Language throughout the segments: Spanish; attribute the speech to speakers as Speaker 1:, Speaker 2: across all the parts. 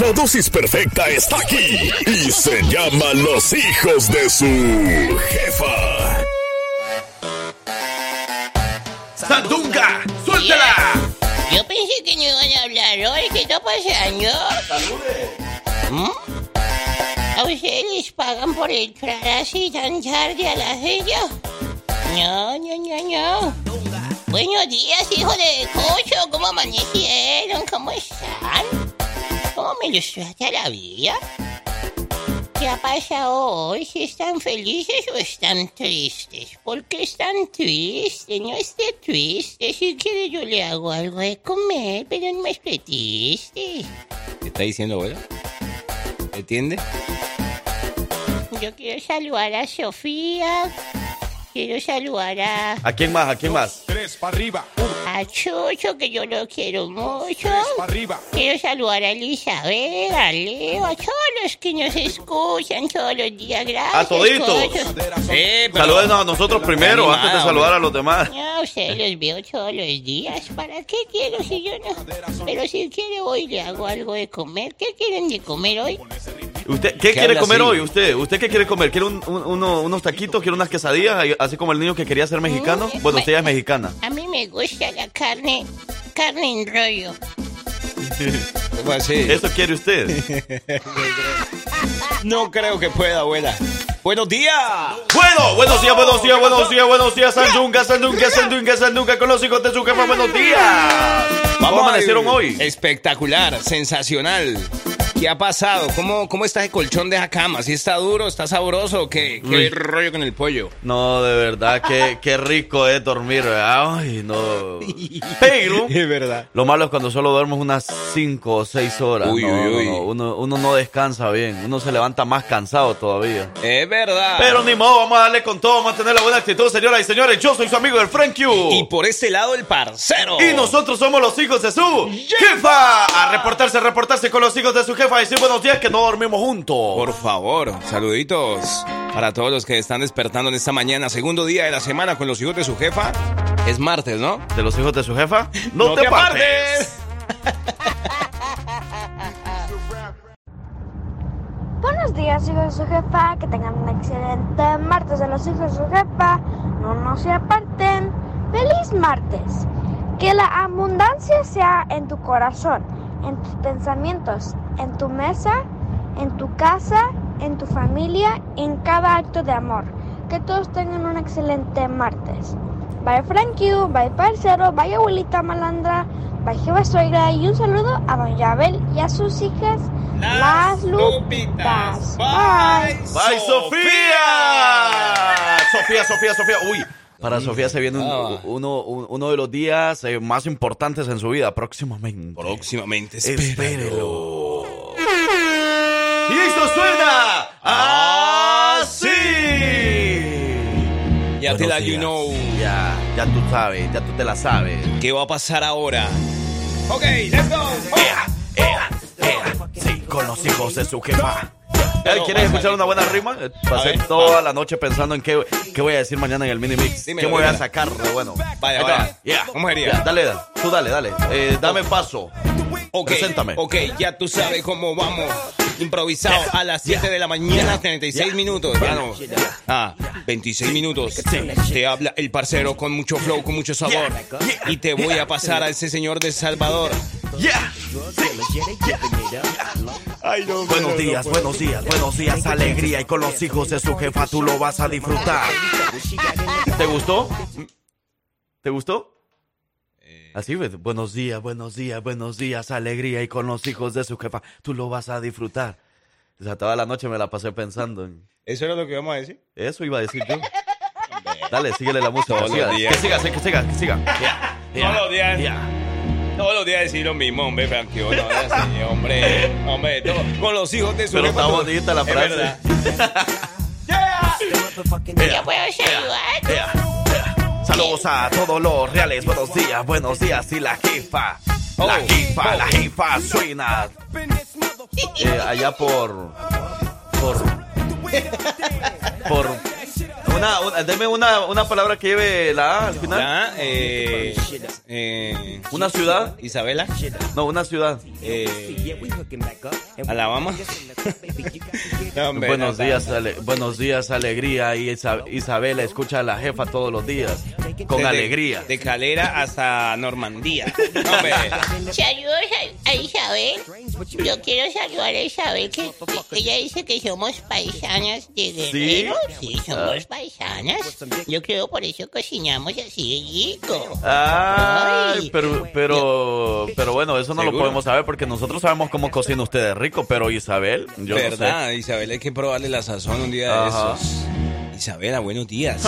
Speaker 1: La dosis perfecta está aquí y se llama Los hijos de su jefa.
Speaker 2: ¡Sandunga! ¡Suéltela!
Speaker 3: Yo pensé que no iban a hablar hoy. ¿Qué está pasando? ¿Mm? ¿A ustedes les pagan por entrar así tan tarde a la silla? No, no, no, no. Buenos días, hijo de cocho. ¿Cómo amanecieron? ¿Cómo están? ¿Cómo me los trata la vida? ¿Qué ha pasado hoy? ¿Si están felices o están tristes? ¿Por qué están tristes? No esté triste. Si quiere yo le hago algo de comer, pero no me esté triste.
Speaker 4: ¿Qué está diciendo, abuela? ¿Entiende?
Speaker 3: Yo quiero saludar a Sofía. Quiero saludar a,
Speaker 2: ¿A quién más? ¿A quién más?
Speaker 5: Tres para arriba,
Speaker 3: a Chucho, que yo lo quiero mucho.
Speaker 5: tres para arriba.
Speaker 3: Quiero saludar a Elizabeth, a Leo, a todos los que nos escuchan todos los días. Gracias.
Speaker 2: A toditos.
Speaker 3: cochos.
Speaker 4: Sí,
Speaker 2: Saluden a nosotros primero
Speaker 4: Animada,
Speaker 2: antes de saludar a los demás.
Speaker 3: No, ustedes los veo todos los días. ¿Para qué quiero si yo no? Pero si quiere hoy le hago algo de comer. ¿Qué quieren de comer hoy?
Speaker 2: ¿Usted qué, quiere
Speaker 4: habla
Speaker 2: comer
Speaker 4: así?
Speaker 2: hoy? ¿Usted usted qué quiere comer? ¿Quiere un- un- uno- unos taquitos? ¿Quiere unas quesadillas? Ay- Así como el niño que quería ser mexicano. Bueno, usted ya es mexicana.
Speaker 3: A mí me gusta la carne, carne en rollo.
Speaker 4: ¿Cómo así?
Speaker 2: ¿Eso quiere usted?
Speaker 4: No creo que pueda, abuela. Buenos días.
Speaker 2: Bueno, buenos días, buenos días, buenos días, buenos días, Sandunga, Sandunga, Sandunga, Sandunga, con los hijos de su jefa, buenos días. ¿Cómo amanecieron
Speaker 4: al-
Speaker 2: hoy?
Speaker 4: Espectacular, sensacional. ¿Qué ha pasado? ¿Cómo, cómo está ese colchón de esa cama? ¿Si está duro? ¿Está sabroso? o ¿Qué,
Speaker 2: Uy.
Speaker 4: qué rollo con el pollo?
Speaker 2: No, de verdad, qué, qué rico es dormir, ¿verdad? Ay, no. Pero,
Speaker 4: verdad.
Speaker 2: lo malo es cuando solo duermes unas 5 o 6 horas.
Speaker 4: Uy,
Speaker 2: no,
Speaker 4: uy,
Speaker 2: no,
Speaker 4: uy.
Speaker 2: no, Uno, uno no descansa bien, uno se levanta más cansado todavía.
Speaker 4: Es verdad.
Speaker 2: Pero ni modo, vamos a darle con todo, vamos a tener la buena actitud, señoras y señores. Yo soy su amigo del Frank Q.
Speaker 4: y por este lado el parcero.
Speaker 2: Y nosotros somos los hijos de su jefa. A reportarse, a reportarse con los hijos de su jefa. A decir buenos días que no dormimos juntos.
Speaker 4: Por favor, saluditos para todos los que están despertando en esta mañana, segundo día de la semana con los hijos de su jefa. Es martes, ¿no?
Speaker 2: ¿De los hijos de su jefa? ¡No, te, apartes!
Speaker 6: Buenos días, hijos de su jefa. Que tengan un excelente martes a los hijos de su jefa. No nos se aparten. ¡Feliz martes! Que la abundancia sea en tu corazón, en tus pensamientos, en tu mesa, en tu casa, en tu familia, en cada acto de amor. Que todos tengan un excelente martes. Bye Frankie, bye parcero, bye abuelita malandra, bye jefa suegra y un saludo a Don Yabel y a sus hijas, las, lupitas. Bye.
Speaker 2: ¡Ay, Sofía! Sofía, Sofía, Sofía. Uy, para Sofía se viene un-
Speaker 4: Ah.
Speaker 2: uno, un- uno de los días eh, más importantes en su vida, próximamente.
Speaker 4: Próximamente,
Speaker 2: Espérelo. ¡Y esto suena así!
Speaker 4: Ya te
Speaker 2: Buenos
Speaker 4: la you
Speaker 2: días.
Speaker 4: know.
Speaker 2: Ya, ya tú sabes, ya tú te la sabes.
Speaker 4: ¿Qué va a pasar ahora? Ok, let's go.
Speaker 2: Ea, ea, ea, sí, con los hijos de su jefa. Eh, ¿Quieres escuchar una buena rima? Eh, Pasé
Speaker 4: ver,
Speaker 2: toda
Speaker 4: va.
Speaker 2: la noche pensando en qué, qué voy a decir mañana en el mini mix.
Speaker 4: Dímelo,
Speaker 2: ¿Qué me voy a
Speaker 4: dímelo.
Speaker 2: sacar? Pero bueno,
Speaker 4: Vaya,
Speaker 2: ahí te va.
Speaker 4: vaya.
Speaker 2: Yeah.
Speaker 4: ¿Cómo sería?
Speaker 2: Yeah, Dale, dale. Tú dale, dale. Eh, dame paso.
Speaker 4: Ok,
Speaker 2: Preséntame.
Speaker 4: Ok, ya tú sabes cómo vamos. Improvisado a las 7 de la mañana, 36 minutos. Ya no. Ah, 26 minutos. Te habla el parcero con mucho flow, con mucho sabor. Y te voy a pasar a ese señor de Salvador.
Speaker 2: Yeah. buenos días, buenos días, buenos días, alegría. Y con los hijos de su jefa tú lo vas a disfrutar. ¿Te gustó? ¿Te gustó? Así, pues, buenos días, buenos días, buenos días, alegría. Y con los hijos de su jefa tú lo vas a disfrutar. O sea, toda la noche me la pasé pensando en
Speaker 4: ¿Eso era lo que íbamos a decir?
Speaker 2: eso, iba a decir yo. Dale, síguele la música.
Speaker 4: Todos los
Speaker 2: Siga, que
Speaker 4: días.
Speaker 2: siga, que siga, que siga.
Speaker 4: Todos los días.
Speaker 2: Ya.
Speaker 4: Todos los días decir lo mismo, hombre, Frankie. No, sí, hombre, hombre, todo- con los hijos de su
Speaker 2: Pero
Speaker 4: jefa,
Speaker 2: está
Speaker 4: tú-
Speaker 2: bonita la
Speaker 4: Es
Speaker 2: frase.
Speaker 4: verdad.
Speaker 3: ¿Ya puedo saludar?
Speaker 2: Ea, ea. Saludos a todos los reales, buenos días, buenos días y la jefa, la
Speaker 4: Oh,
Speaker 2: jefa,
Speaker 4: oh.
Speaker 2: la jefa suena eh, allá por, por, por, Una, una- deme una, una palabra que lleve la A al final.
Speaker 4: Ya, eh, eh,
Speaker 2: Una ciudad.
Speaker 4: Isabela,
Speaker 2: No, una ciudad.
Speaker 4: eh, Alabama. No, hombre,
Speaker 2: buenos
Speaker 4: no,
Speaker 2: días,
Speaker 4: no.
Speaker 2: ale- buenos días, alegría. Y Isa- Isabela escucha a la jefa todos los días. Con
Speaker 4: Desde-
Speaker 2: alegría.
Speaker 4: De Calera hasta Normandía. No, hombre.
Speaker 3: Saludos a, a Isabel. Yo quiero saludar a Isabel, que que ella dice que somos paisanas de Guerrero. Sí, somos paisanas. Yo creo por eso cocinamos así de rico.
Speaker 2: Ay,
Speaker 3: Ay.
Speaker 2: pero, pero, pero bueno, eso no lo
Speaker 4: Seguro.
Speaker 2: podemos saber porque nosotros sabemos cómo cocina ustedes rico, pero Isabel, yo no sé.
Speaker 4: ¿Verdad, Isabela? Hay que probarle la sazón un día de
Speaker 2: Ajá.
Speaker 4: esos. Isabela, buenos días.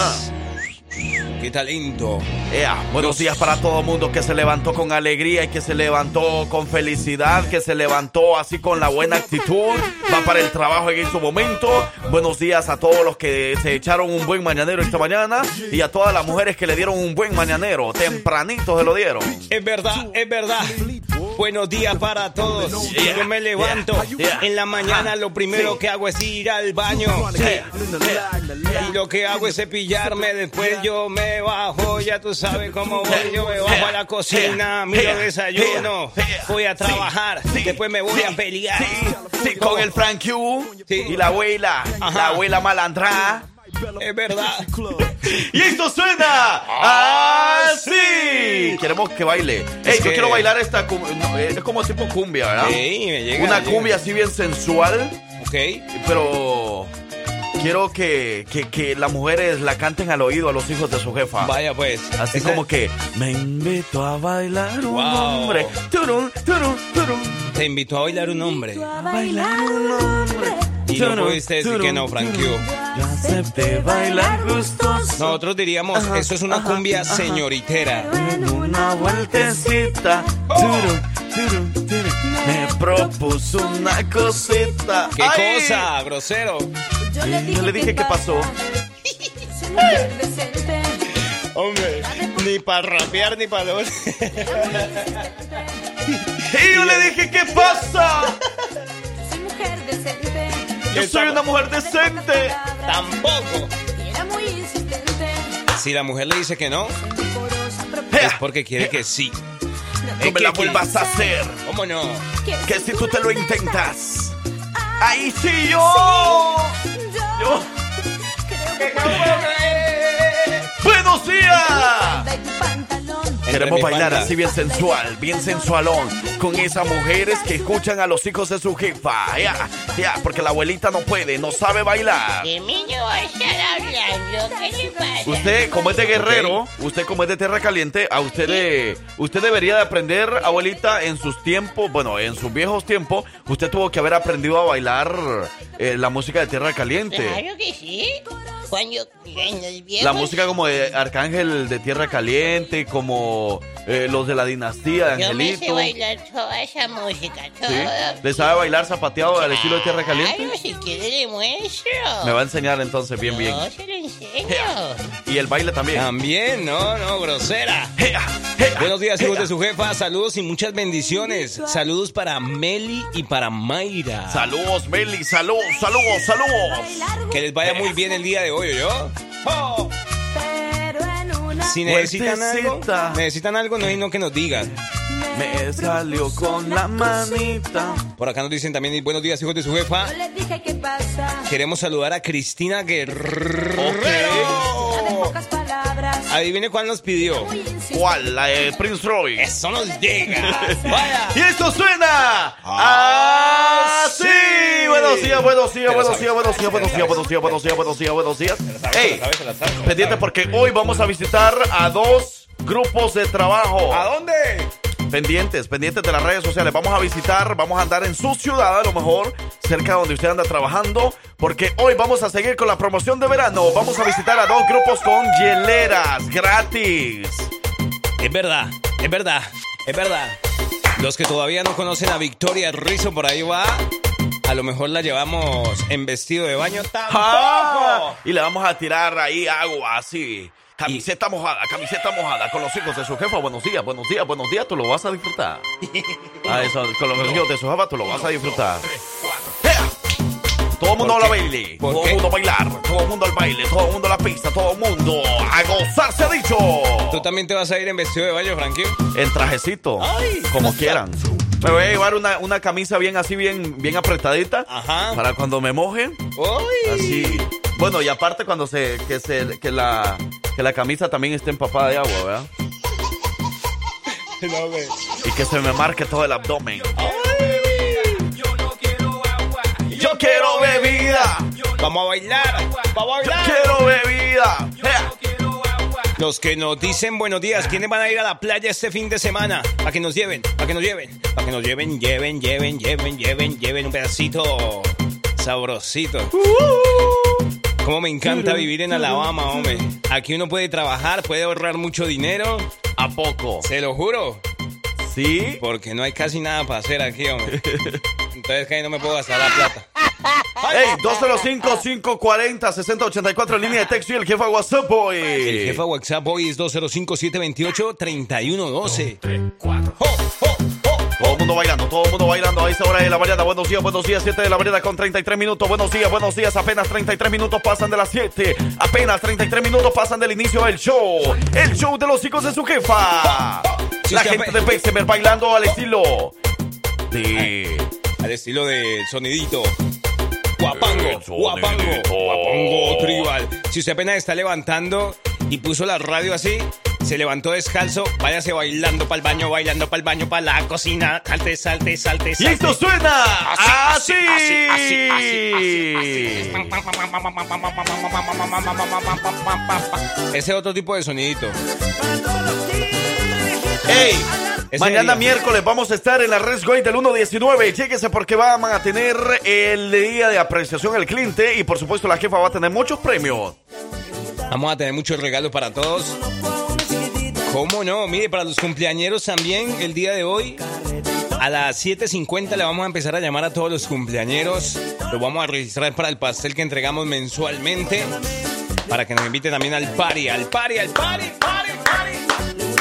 Speaker 4: Qué talento.
Speaker 2: Ea, buenos días para todo el mundo que se levantó con alegría y que se levantó con felicidad, que se levantó así con la buena actitud, va para el trabajo en su momento. Buenos días a todos los que se echaron un buen mañanero esta mañana y a todas las mujeres que le dieron un buen mañanero, tempranito se lo dieron.
Speaker 4: Es verdad, es verdad. Buenos días para todos.
Speaker 2: Yeah,
Speaker 4: Yo me levanto
Speaker 2: yeah, yeah.
Speaker 4: en la mañana. Lo primero que hago es ir al baño. Y lo que hago es cepillarme. Después yo me bajo. Ya tú sabes cómo voy. Yo me bajo a la cocina. Miro desayuno. Voy a trabajar. Después me voy a pelear.
Speaker 2: Sí, con el Frank Q
Speaker 4: Sí.
Speaker 2: y la abuela,
Speaker 4: Ajá.
Speaker 2: la abuela malandra.
Speaker 4: Es verdad.
Speaker 2: Y esto suena así. Queremos que baile. Ey,
Speaker 4: Es
Speaker 2: yo
Speaker 4: que-
Speaker 2: quiero bailar esta cum- no, eh, es como tipo cumbia, ¿verdad?
Speaker 4: Ey, me llega,
Speaker 2: Una
Speaker 4: me llega.
Speaker 2: cumbia así bien sensual,
Speaker 4: Ok.
Speaker 2: pero quiero que, que- que las mujeres la canten al oído a los hijos de su jefa.
Speaker 4: Vaya pues.
Speaker 2: Así
Speaker 4: Esa-
Speaker 2: como que me invito a bailar un
Speaker 4: Wow.
Speaker 2: hombre. Turun, turun, turun.
Speaker 4: Te invitó a bailar un hombre.
Speaker 2: Bailar un hombre.
Speaker 4: Y no
Speaker 2: Turun,
Speaker 4: pudiste decir
Speaker 2: turun,
Speaker 4: que no, Frankie.
Speaker 2: Yo acepté bailar gustoso.
Speaker 4: Nosotros diríamos, eso es una cumbia señoritera.
Speaker 2: En una vueltecita,
Speaker 4: Oh.
Speaker 2: turu, turu, turu, me propuso una cosita.
Speaker 4: ¿Qué
Speaker 2: Ay,
Speaker 4: cosa, Ah, grosero?
Speaker 2: Yo le dije que pasó.
Speaker 4: Hombre, ni para rapear ni para...
Speaker 2: Y yo le dije que pasa. Yo soy una mujer decente.
Speaker 4: Tampoco. Si la mujer le dice que no, es
Speaker 2: Ea,
Speaker 4: porque quiere que sí.
Speaker 2: No me la vuelvas a hacer.
Speaker 4: ¿Cómo no?
Speaker 2: Que si tú te lo intentas, ahí sí yo. Yo. Buenos días. Queremos
Speaker 4: Entre mi
Speaker 2: bailar
Speaker 4: falda.
Speaker 2: así bien sensual, bien sensualón, con esas mujeres que escuchan a los hijos de su jefa. Ya, ya, porque la abuelita no puede, no sabe bailar.
Speaker 3: De mí no vas a estar hablando. ¿Qué le pasa?
Speaker 2: Usted, como es de guerrero, usted como es de tierra caliente, a usted le- usted debería de aprender, abuelita, en sus tiempos, bueno, en sus viejos tiempos, usted tuvo que haber aprendido a bailar eh, la música de tierra caliente.
Speaker 3: Claro que sí. Cuando en los viejos...
Speaker 2: La música como de Arcángel de Tierra Caliente, como eh, los de la dinastía de
Speaker 3: Yo me sé
Speaker 2: Angelito.
Speaker 3: bailar toda esa música. Todo.
Speaker 2: Sí. ¿Le sabe bailar zapateado al estilo de Tierra
Speaker 3: Claro,
Speaker 2: Caliente?
Speaker 3: si quiere le muestro.
Speaker 2: Me va a enseñar entonces bien bien.
Speaker 3: Yo se lo enseño.
Speaker 2: Y el baile también.
Speaker 4: También, no, no, grosera. Buenos días, hijos de su jefa. Saludos y muchas bendiciones. Saludos para Meli y para Mayra.
Speaker 2: Saludos, Meli, saludos, saludos, saludos.
Speaker 4: Que les vaya muy bien el día de hoy, ¿yo? Si necesitan algo,
Speaker 2: Fuertecita.
Speaker 4: necesitan algo, no hay no que nos digan.
Speaker 2: Me salió con la manita.
Speaker 4: Por acá nos dicen también buenos días, hijos de su jefa. Queremos saludar a Cristina
Speaker 2: Oh.
Speaker 4: Guerrero. Adivine cuál nos pidió.
Speaker 2: ¿Cuál? La de Prince Roy.
Speaker 4: Eso nos llega. Vaya.
Speaker 2: Y esto suena
Speaker 4: Ah,
Speaker 2: así. Buenos días, buenos días, buenos días, buenos días, buenos días, buenos días, buenos días, buenos días, buenos días. Ey, pendiente porque hoy vamos a visitar a dos grupos de trabajo.
Speaker 4: ¿A dónde?
Speaker 2: Pendientes, pendientes de las redes sociales. Vamos a visitar, vamos a andar en su ciudad a lo mejor, cerca donde usted anda trabajando, porque hoy vamos a seguir con la promoción de verano. Vamos a visitar a dos grupos con hieleras gratis.
Speaker 4: Es verdad, es verdad, es verdad. Los que todavía no conocen a Victoria Rizzo, por ahí va. A lo mejor la llevamos en vestido de baño.
Speaker 2: Ah,
Speaker 4: ¡Tampoco!
Speaker 2: Y le vamos a tirar ahí agua así. Camiseta mojada, camiseta mojada con los hijos de su jefa. Buenos días, buenos días, buenos días. Tú lo vas a disfrutar. Ah, eso, con los hijos de su jefa tú lo vas a disfrutar. Todo el mundo
Speaker 4: ¿Por
Speaker 2: a la
Speaker 4: qué?
Speaker 2: baile.
Speaker 4: ¿Por
Speaker 2: Todo
Speaker 4: qué?
Speaker 2: el mundo a bailar. Todo el mundo al baile. Todo el mundo a la pista. Todo el mundo a gozar, se ha dicho.
Speaker 4: ¿Tú también te vas a ir en vestido de baño, Frankie?
Speaker 2: El trajecito. como quieran. Me voy a llevar una, una camisa bien así, bien, bien apretadita.
Speaker 4: Ajá.
Speaker 2: Para cuando me mojen.
Speaker 4: ¡Uy!
Speaker 2: Así. Bueno, y aparte cuando se. que se. que la. que la camisa también esté empapada de agua, ¿verdad?
Speaker 4: No, güey.
Speaker 2: Y que se me marque todo el abdomen.
Speaker 4: Ah,
Speaker 2: Yo quiero bebida.
Speaker 4: Vamos a bailar. Vamos a
Speaker 2: Yo
Speaker 4: bailar.
Speaker 2: quiero bebida. Ea.
Speaker 4: Los que nos dicen buenos días, ¿quiénes van a ir a la playa este fin de semana? Para que nos lleven, para que nos lleven, para que nos lleven, lleven, lleven, lleven, lleven, lleven un pedacito sabrosito. Uh. Como me encanta vivir en Alabama, hombre. Aquí uno puede trabajar, puede ahorrar mucho dinero,
Speaker 2: ¿A poco?
Speaker 4: se lo juro,
Speaker 2: Sí.
Speaker 4: porque no hay casi nada para hacer aquí, hombre. Entonces que ahí no me puedo gastar la plata.
Speaker 2: Hey, 205-540-6084 en línea de texto y el jefa WhatsApp Boy.
Speaker 4: El jefa WhatsApp hoy es 205-728-3112.
Speaker 2: Todo el mundo bailando, todo el mundo bailando a esta hora de la mañana. Buenos días, buenos días, 7 de la mañana con 33 minutos. Buenos días, buenos días. Apenas 33 minutos pasan de las 7. Apenas 33 minutos pasan del inicio del show. El show de los hijos de su jefa.
Speaker 4: Sí,
Speaker 2: La
Speaker 4: sí,
Speaker 2: gente
Speaker 4: ape-
Speaker 2: de Pexemer bailando al estilo de...
Speaker 4: Al estilo de sonidito. Guapango,
Speaker 2: El sonidito.
Speaker 4: guapango, guapango tribal. Si usted apenas está levantando y puso la radio así, se levantó descalzo, váyase bailando para el baño, bailando para el baño, para la cocina. Salte, salte, salte, salte.
Speaker 2: ¡Listo, suena! ¡Así!
Speaker 4: Ese otro tipo de sonidito. ¡Ey! Ese
Speaker 2: Mañana
Speaker 4: día.
Speaker 2: miércoles vamos a estar en la Red Goy del 119. Lléguese porque van a tener el día de apreciación al cliente y por supuesto la jefa va a tener muchos premios.
Speaker 4: Vamos a tener muchos regalos para todos. ¿Cómo no? Mire, para los cumpleañeros también, el día de hoy, a las 7.50 le vamos a empezar a llamar a todos los cumpleañeros. Lo vamos a registrar para el pastel que entregamos mensualmente. Para que nos invite también al party, al party, al party, party, party.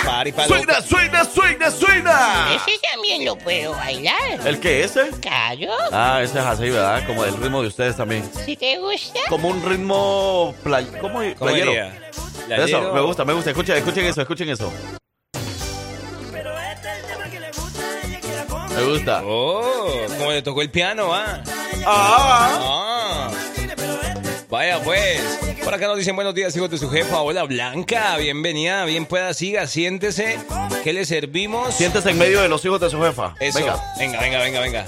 Speaker 4: Party para los-
Speaker 2: ¡Suena, suena, suena, suena!
Speaker 3: Ese también lo puedo bailar.
Speaker 2: ¿El qué ese?
Speaker 3: Claro.
Speaker 2: Ah, ese es así, ¿verdad? Como el ritmo de ustedes también.
Speaker 3: Si te gusta,
Speaker 2: Como un ritmo play, ¿cómo?
Speaker 4: ¿Cómo
Speaker 2: playero.
Speaker 4: diría?
Speaker 2: Eso, me gusta, me gusta. Escuchen, escuchen eso, escuchen eso. Me gusta.
Speaker 4: Oh, como le tocó el piano, ah.
Speaker 2: Ah,
Speaker 4: Ah. Vaya pues, por acá nos dicen buenos días hijos de su jefa, hola Blanca, bienvenida, bien pueda, siga, siéntese, ¿qué le servimos?
Speaker 2: siéntese en medio de los hijos de su jefa.
Speaker 4: Eso,
Speaker 2: Venga.
Speaker 4: venga, venga, venga, venga.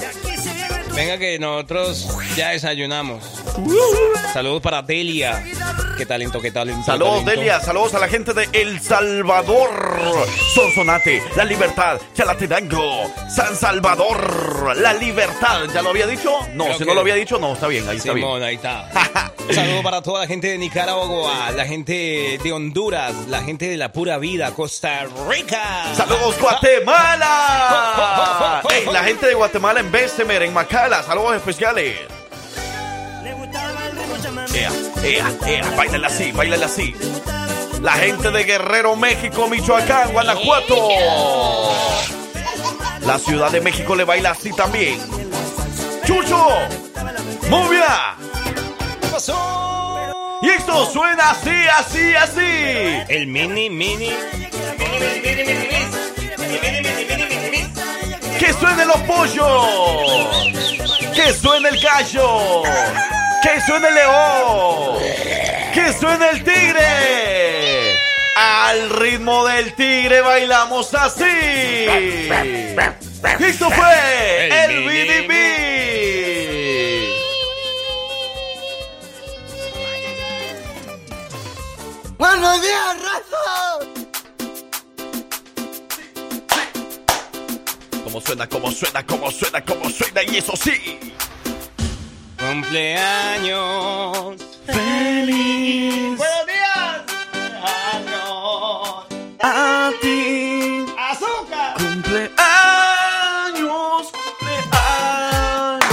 Speaker 4: Venga que nosotros ya desayunamos. Saludos para Delia, qué talento, qué talento.
Speaker 2: Saludos,
Speaker 4: talento.
Speaker 2: Delia. Saludos a la gente de El Salvador. Sonsonate, La Libertad, Chalatenango, San Salvador, La Libertad. ¿Ya lo había dicho? No,
Speaker 4: Creo
Speaker 2: si
Speaker 4: que-
Speaker 2: no lo había dicho, no, está bien, ahí está bien.
Speaker 4: Simón, ahí está. Saludos para toda la gente de Nicaragua, la gente de Honduras, la gente de la pura vida, Costa Rica.
Speaker 2: Saludos, Guatemala. Ey, Ah, la gente de Guatemala en Bessemer, en Macala. Saludos especiales. Ea, ea, ea, báilala así, báilala así. La gente de Guerrero, México, Michoacán, Guanajuato. La Ciudad de México le baila así también. ¡Chucho! ¡Movia!
Speaker 4: ¿Qué pasó?
Speaker 2: Y esto suena así, así, así.
Speaker 4: El mini, mini.
Speaker 2: ¡Que suenen los pollos! ¡Que suene el gallo! ¡Que suene el león! ¡Que suene el tigre! Al ritmo del tigre bailamos así. Y Esto fue
Speaker 4: El
Speaker 2: el BDB.
Speaker 5: ¡Buenos días, raza!
Speaker 2: Como suena, como suena, como suena, como suena y eso sí.
Speaker 4: Cumpleaños.
Speaker 2: Feliz
Speaker 4: Buenos días.
Speaker 2: a ti.
Speaker 4: Azúcar.
Speaker 2: Cumpleaños, cumpleaños,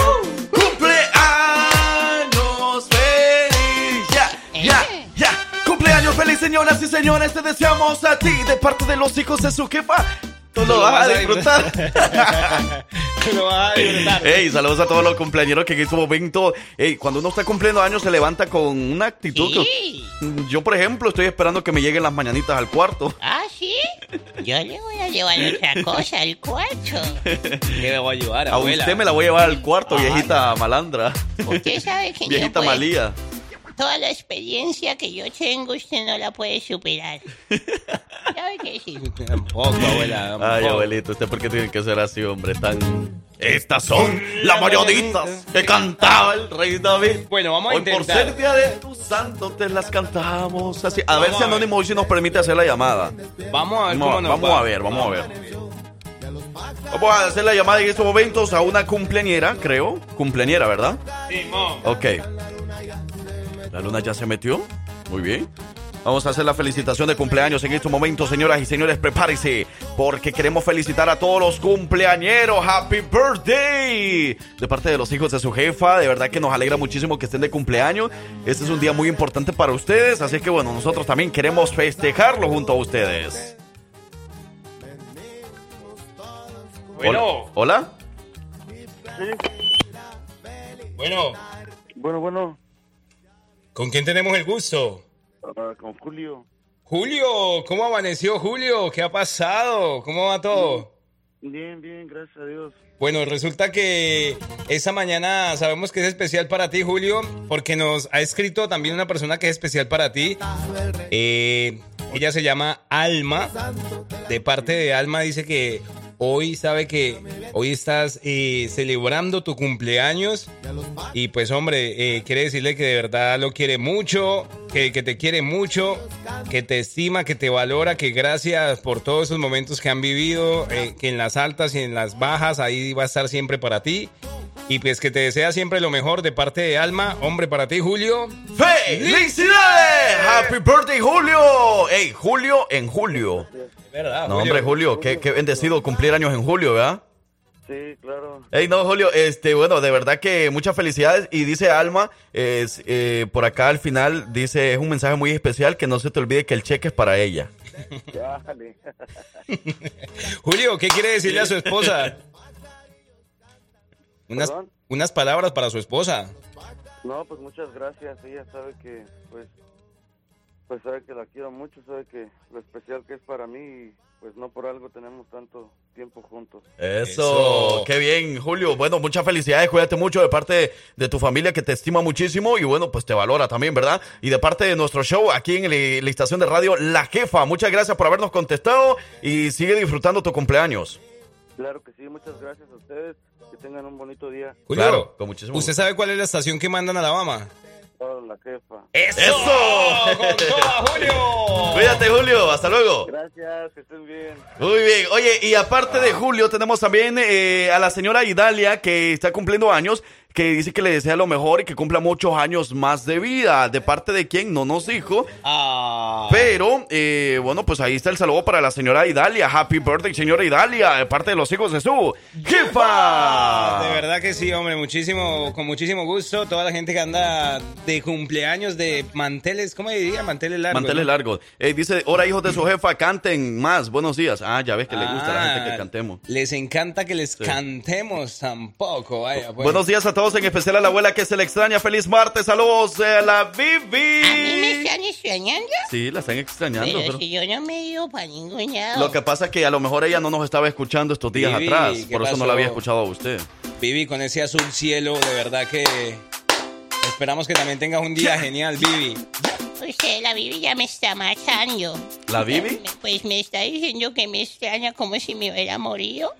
Speaker 2: cumpleaños feliz. Ya, ya, ya. Cumpleaños feliz, señoras y señores. Te deseamos a ti de parte de los hijos de su jefa. Tú lo vas a disfrutar.
Speaker 4: Lo vas a disfrutar.
Speaker 2: Ey, saludos a todos los cumpleañeros que en este momento, ey, cuando uno está cumpliendo años se levanta con una actitud. que-
Speaker 3: Sí.
Speaker 2: Yo, por ejemplo, estoy esperando que me lleguen las mañanitas al cuarto.
Speaker 3: ¿Ah, sí? Yo le voy a llevar otra cosa al cuarto.
Speaker 4: ¿Qué me voy a ayudar,
Speaker 2: A
Speaker 4: abuela?
Speaker 2: usted me la voy a llevar al cuarto, viejita malandra.
Speaker 3: Usted sabe que yo,
Speaker 2: Viejita
Speaker 3: pues,
Speaker 2: malía.
Speaker 3: toda la experiencia que yo tengo, usted no la puede superar. ¿Sabe qué? Sí.
Speaker 4: Tampoco, abuela.
Speaker 2: Ay,
Speaker 4: tampoco.
Speaker 2: abuelito, ¿usted por qué tiene que ser así, hombre? Tan... Estas son las mañanitas que cantaba el rey David.
Speaker 4: Bueno, vamos a
Speaker 2: Hoy por
Speaker 4: intentar.
Speaker 2: ser día de tu santo te las cantamos así. A ver
Speaker 4: Vamos
Speaker 2: si
Speaker 4: a ver.
Speaker 2: Anónimo hoy sí nos permite hacer la llamada.
Speaker 4: Vamos a
Speaker 2: Vamos,
Speaker 4: ver cómo
Speaker 2: a-
Speaker 4: nos
Speaker 2: vamos
Speaker 4: va.
Speaker 2: a ver, vamos a ver. Vamos a hacer la llamada en este estos momentos a una cumpleañera, creo. Cumpleañera, ¿verdad?
Speaker 4: Simón.
Speaker 2: Ok. La luna ya se metió. Muy bien. Vamos a hacer la felicitación de cumpleaños en estos momentos, señoras y señores. Prepárense, porque queremos felicitar a todos los cumpleañeros. ¡Happy birthday! De parte de los hijos de su jefa, de verdad que nos alegra muchísimo que estén de cumpleaños. Este es un día muy importante para ustedes, así que bueno, nosotros también queremos festejarlo junto a ustedes.
Speaker 4: Bueno,
Speaker 2: ¿Hola?
Speaker 4: bueno.
Speaker 7: Bueno, bueno,
Speaker 4: ¿Con quién tenemos el gusto?
Speaker 7: ah, con Julio,
Speaker 4: Julio, ¿cómo amaneció Julio? ¿Qué ha pasado? ¿Cómo va todo?
Speaker 7: bien, bien, gracias a Dios.
Speaker 4: Bueno, resulta que esa mañana sabemos que es especial para ti, Julio, porque nos ha escrito también una persona que es especial para ti. Eh, ella se llama Alma. De parte de Alma dice que hoy sabe que hoy estás eh, celebrando tu cumpleaños. Y pues hombre, eh, quiere decirle que de verdad lo quiere mucho, que, que te quiere mucho, que te estima, que te valora, que gracias por todos esos momentos que han vivido, eh, que en las altas y en las bajas ahí va a estar siempre para ti. Y pues que te desea siempre lo mejor de parte de Alma. Hombre, para ti, Julio.
Speaker 2: ¡Felicidades! ¡Happy birthday, Julio! ¡Ey, Julio en julio!
Speaker 4: ¿Verdad,
Speaker 2: No, hombre, Julio, qué, qué bendecido cumplir años en julio, ¿verdad?
Speaker 7: Sí, claro.
Speaker 2: Hey, no, Julio, este, bueno, de verdad que muchas felicidades. Y dice Alma, es, eh, por acá al final, dice, es un mensaje muy especial que no se te olvide que el cheque es para ella.
Speaker 7: Dale.
Speaker 4: Julio, ¿qué quiere decirle a su esposa? Unas,
Speaker 7: ¿Perdón?
Speaker 4: unas palabras para su esposa.
Speaker 7: No, pues muchas gracias. Ella sabe que, pues, pues sabe que la quiero mucho, sabe que lo especial que es para mí, y, pues no por algo tenemos tanto tiempo juntos.
Speaker 4: Eh.
Speaker 2: Eso,
Speaker 4: Eso.
Speaker 2: qué bien, Julio. Bueno, muchas felicidades, cuídate mucho de parte de, tu familia que te estima muchísimo y bueno, pues te valora también, ¿verdad? Y de parte de nuestro show aquí en la, la estación de radio La Jefa, muchas gracias por habernos contestado y sigue disfrutando tu cumpleaños.
Speaker 7: Claro que sí, muchas gracias a ustedes. Que tengan un bonito día.
Speaker 4: Julio,
Speaker 2: Claro, con muchísimo
Speaker 4: ¿usted
Speaker 2: gusto.
Speaker 4: sabe cuál es la estación que mandan a Alabama?
Speaker 7: Claro, la jefa.
Speaker 4: ¡Eso!
Speaker 2: ¡Eso!
Speaker 4: ¡Con toda, Julio!
Speaker 2: Cuídate, Julio, hasta luego.
Speaker 7: Gracias, que estén bien.
Speaker 2: Muy bien, oye, y aparte de Julio, tenemos también eh, a la señora Idalia, que está cumpliendo años, que dice que le desea lo mejor y que cumpla muchos años más de vida. ¿De parte de quién? No nos dijo.
Speaker 4: Ah.
Speaker 2: Pero, eh, bueno, pues ahí está el saludo para la señora Idalia. Happy birthday, señora Idalia, de parte de los hijos de su jefa.
Speaker 4: De verdad que sí, hombre, muchísimo, con muchísimo gusto. Toda la gente que anda de cumpleaños, de manteles, ¿cómo diría? Manteles largos.
Speaker 2: Manteles
Speaker 4: ¿no?
Speaker 2: largos. Eh, dice, ahora hijos de su jefa, canten más. Buenos días. Ah, ya ves que le gusta a la gente
Speaker 4: Ah,
Speaker 2: que cantemos.
Speaker 4: Les encanta que les cantemos tampoco. Vaya, pues.
Speaker 2: Buenos días a todos, en especial a la abuela que se le extraña. Feliz martes, saludos eh, a la
Speaker 3: ¿A mí me
Speaker 2: Vivi.
Speaker 3: están extrañando?
Speaker 2: Sí, la están extrañando.
Speaker 3: Pero
Speaker 2: pero-
Speaker 3: si yo no me he ido para ningún lado.
Speaker 2: Lo que pasa es que a lo mejor ella no nos estaba escuchando estos días
Speaker 4: Vivi,
Speaker 2: atrás.
Speaker 4: ¿qué
Speaker 2: Por eso no
Speaker 4: pasó?
Speaker 2: la había escuchado a usted.
Speaker 4: Vivi, con ese azul cielo, de verdad que esperamos que también tengas un día genial, Vivi.
Speaker 3: Usted, la Bibi ya me está matando.
Speaker 2: ¿La Vivi?
Speaker 3: Me- Pues me está diciendo que me extraña como si me hubiera morido.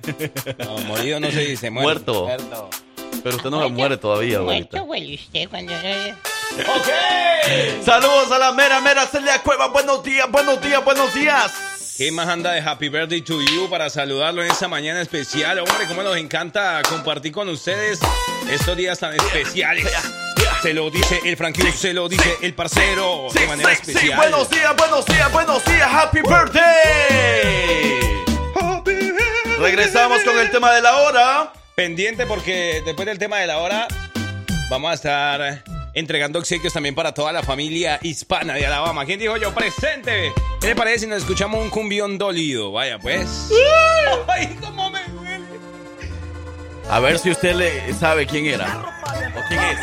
Speaker 4: No, morido no se dice, muerto.
Speaker 2: Muerto.
Speaker 4: Muerto.
Speaker 2: Pero usted no se muere todavía,
Speaker 3: Muerto
Speaker 2: abuelita.
Speaker 3: huele usted cuando no...
Speaker 2: Saludos a la mera, mera Celia Cueva. Buenos días, buenos días, buenos días.
Speaker 4: ¿Qué más anda de Happy Birthday to You para saludarlo en esta mañana especial? Hombre, cómo nos encanta compartir con ustedes estos días tan especiales. Se lo dice el franquillo, se lo dice el parcero
Speaker 2: Sí,
Speaker 4: de manera
Speaker 2: sí, sí,
Speaker 4: especial.
Speaker 2: buenos días, buenos días, buenos días. Happy birthday. Regresamos con el tema de la hora.
Speaker 4: Pendiente porque después del tema de la hora vamos a estar entregando obsequios también para toda la familia hispana de Alabama. ¿Quién dijo yo? Presente. ¿Qué le parece si nos escuchamos un Uh. cumbión dolido? Vaya pues. ¡Ay, cómo me duele!
Speaker 2: A ver si usted le sabe quién era. ¿O quién es?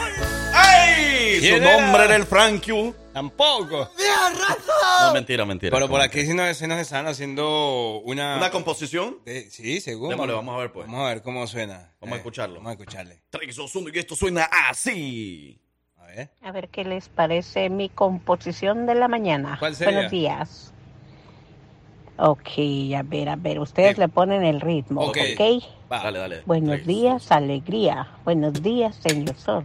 Speaker 2: ¡Ay! Su
Speaker 4: ¿Quién
Speaker 2: nombre
Speaker 4: era?
Speaker 2: era el Frankie.
Speaker 4: Tampoco.
Speaker 5: ¡Tienes
Speaker 2: No,
Speaker 5: razón!
Speaker 2: mentira, mentira.
Speaker 4: Pero por aquí sí nos, sí nos están haciendo una.
Speaker 2: ¿Una composición?
Speaker 4: de- sí, seguro.
Speaker 2: Démosle, vamos a ver, pues.
Speaker 4: Vamos a ver cómo suena.
Speaker 2: Vamos a
Speaker 4: Eh,
Speaker 2: escucharlo.
Speaker 4: Vamos a escucharle.
Speaker 2: 3, 2, 1 y esto suena así.
Speaker 4: A ver.
Speaker 8: A ver qué les parece mi composición de la mañana.
Speaker 4: ¿Cuál sería?
Speaker 8: Buenos días. Ok, a ver, a ver, ustedes
Speaker 4: Bien.
Speaker 8: le ponen el ritmo,
Speaker 4: Ok.
Speaker 8: ¿ok?
Speaker 4: Va.
Speaker 2: Dale, dale.
Speaker 8: Buenos
Speaker 2: Tres.
Speaker 8: días, alegría. Buenos días, señor Sol.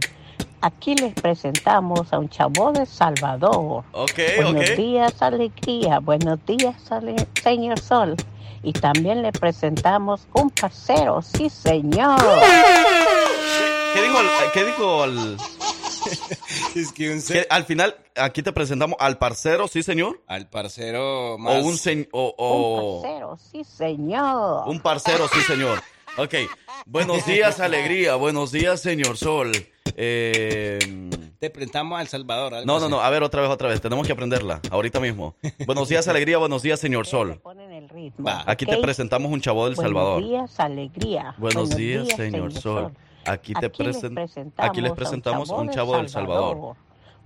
Speaker 8: Aquí les presentamos a un chavo de Salvador.
Speaker 2: Ok,
Speaker 8: Buenos
Speaker 2: ok.
Speaker 8: días, alegría. Buenos días, ale- señor Sol. Y también le presentamos un parcero, sí, señor.
Speaker 2: ¿Qué dijo al, qué dijo al,
Speaker 4: Es que un se-
Speaker 2: qué- al final? Aquí te presentamos al parcero, sí, señor.
Speaker 4: Al parcero
Speaker 2: O
Speaker 4: más.
Speaker 2: un señor. O,
Speaker 8: Un
Speaker 2: o-
Speaker 8: parcero, sí, señor.
Speaker 2: un parcero, sí, señor. Ok. Buenos días, alegría. Buenos días, señor Sol. Eh,
Speaker 4: Te presentamos al Salvador. algo
Speaker 2: no, no,
Speaker 4: así.
Speaker 2: no. A ver, otra vez, otra vez. Tenemos que aprenderla. Ahorita mismo. Buenos días, alegría. Buenos días, señor
Speaker 8: Ustedes le
Speaker 2: Sol.
Speaker 8: ponen el ritmo,
Speaker 4: Va,
Speaker 2: Aquí te
Speaker 8: ¿ok?
Speaker 2: presentamos un chavo del Salvador.
Speaker 8: Buenos días, alegría.
Speaker 2: Buenos días, señor Sol. Aquí te
Speaker 8: Aquí les
Speaker 2: presen-
Speaker 8: presentamos
Speaker 2: aquí les
Speaker 8: a un
Speaker 2: presentamos
Speaker 8: chavo
Speaker 2: un
Speaker 8: del
Speaker 2: chavo del
Speaker 8: Salvador.
Speaker 2: Salvador.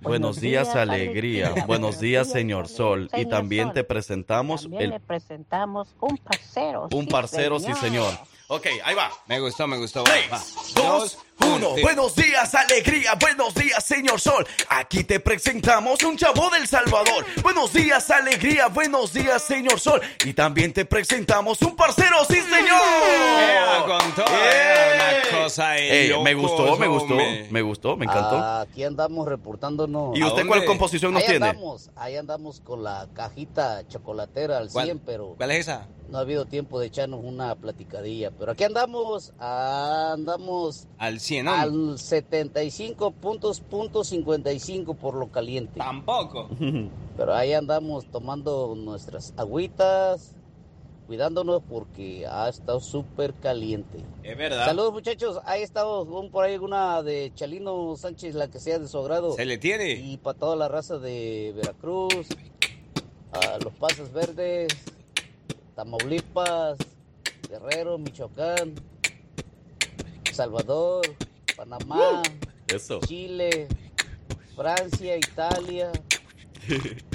Speaker 2: Buenos
Speaker 8: Buenos
Speaker 2: días,
Speaker 8: días,
Speaker 2: alegría.
Speaker 8: alegría.
Speaker 2: Buenos días, señor Sol. Y
Speaker 8: Señor
Speaker 2: también
Speaker 8: Sol.
Speaker 2: te presentamos
Speaker 8: También le
Speaker 2: el,
Speaker 8: presentamos un parcero.
Speaker 2: un
Speaker 8: sí,
Speaker 2: parcero, sí, señor. Ok, ahí va.
Speaker 4: Me gustó, me gustó. Va,
Speaker 2: Tres,
Speaker 4: va.
Speaker 2: dos, uno.
Speaker 4: Sí.
Speaker 2: Buenos días, alegría. Buenos días, señor Sol. Aquí te presentamos un chavo del Salvador. Buenos días, alegría. Buenos días, señor Sol. Y también te presentamos un parcero, sí,
Speaker 4: Ea,
Speaker 2: señor.
Speaker 4: con todo,
Speaker 2: Ey.
Speaker 4: ea, una cosa de
Speaker 2: Ey, Eh, me
Speaker 4: locos,
Speaker 2: gustó, me gustó,
Speaker 4: hombre.
Speaker 2: me gustó, me encantó.
Speaker 9: Aquí andamos Ah, reportándonos.
Speaker 2: ¿Y
Speaker 4: ¿a
Speaker 2: usted
Speaker 4: dónde?
Speaker 2: cuál composición nos
Speaker 9: ahí
Speaker 2: tiene?
Speaker 9: andamos, ahí andamos con la cajita chocolatera al
Speaker 4: ¿Cuál?
Speaker 9: 100, pero
Speaker 4: ¿Cuál es esa?
Speaker 9: no ha habido tiempo de echarnos una platicadilla. Pero aquí andamos, andamos
Speaker 4: Al 100, ¿no?
Speaker 9: al 75 puntos, punto 55 por lo caliente.
Speaker 4: Tampoco.
Speaker 9: Pero ahí andamos tomando nuestras agüitas, cuidándonos porque ha estado súper caliente.
Speaker 4: Es verdad.
Speaker 9: Saludos muchachos, ahí estamos, un- por ahí alguna de Chalino Sánchez, la que sea de su agrado.
Speaker 4: Se le tiene.
Speaker 9: Y para toda la raza de Veracruz, a los Pasos Verdes, Tamaulipas, Guerrero, Michoacán, Salvador, Panamá,
Speaker 2: Eso.
Speaker 9: Chile, Francia, Italia. Y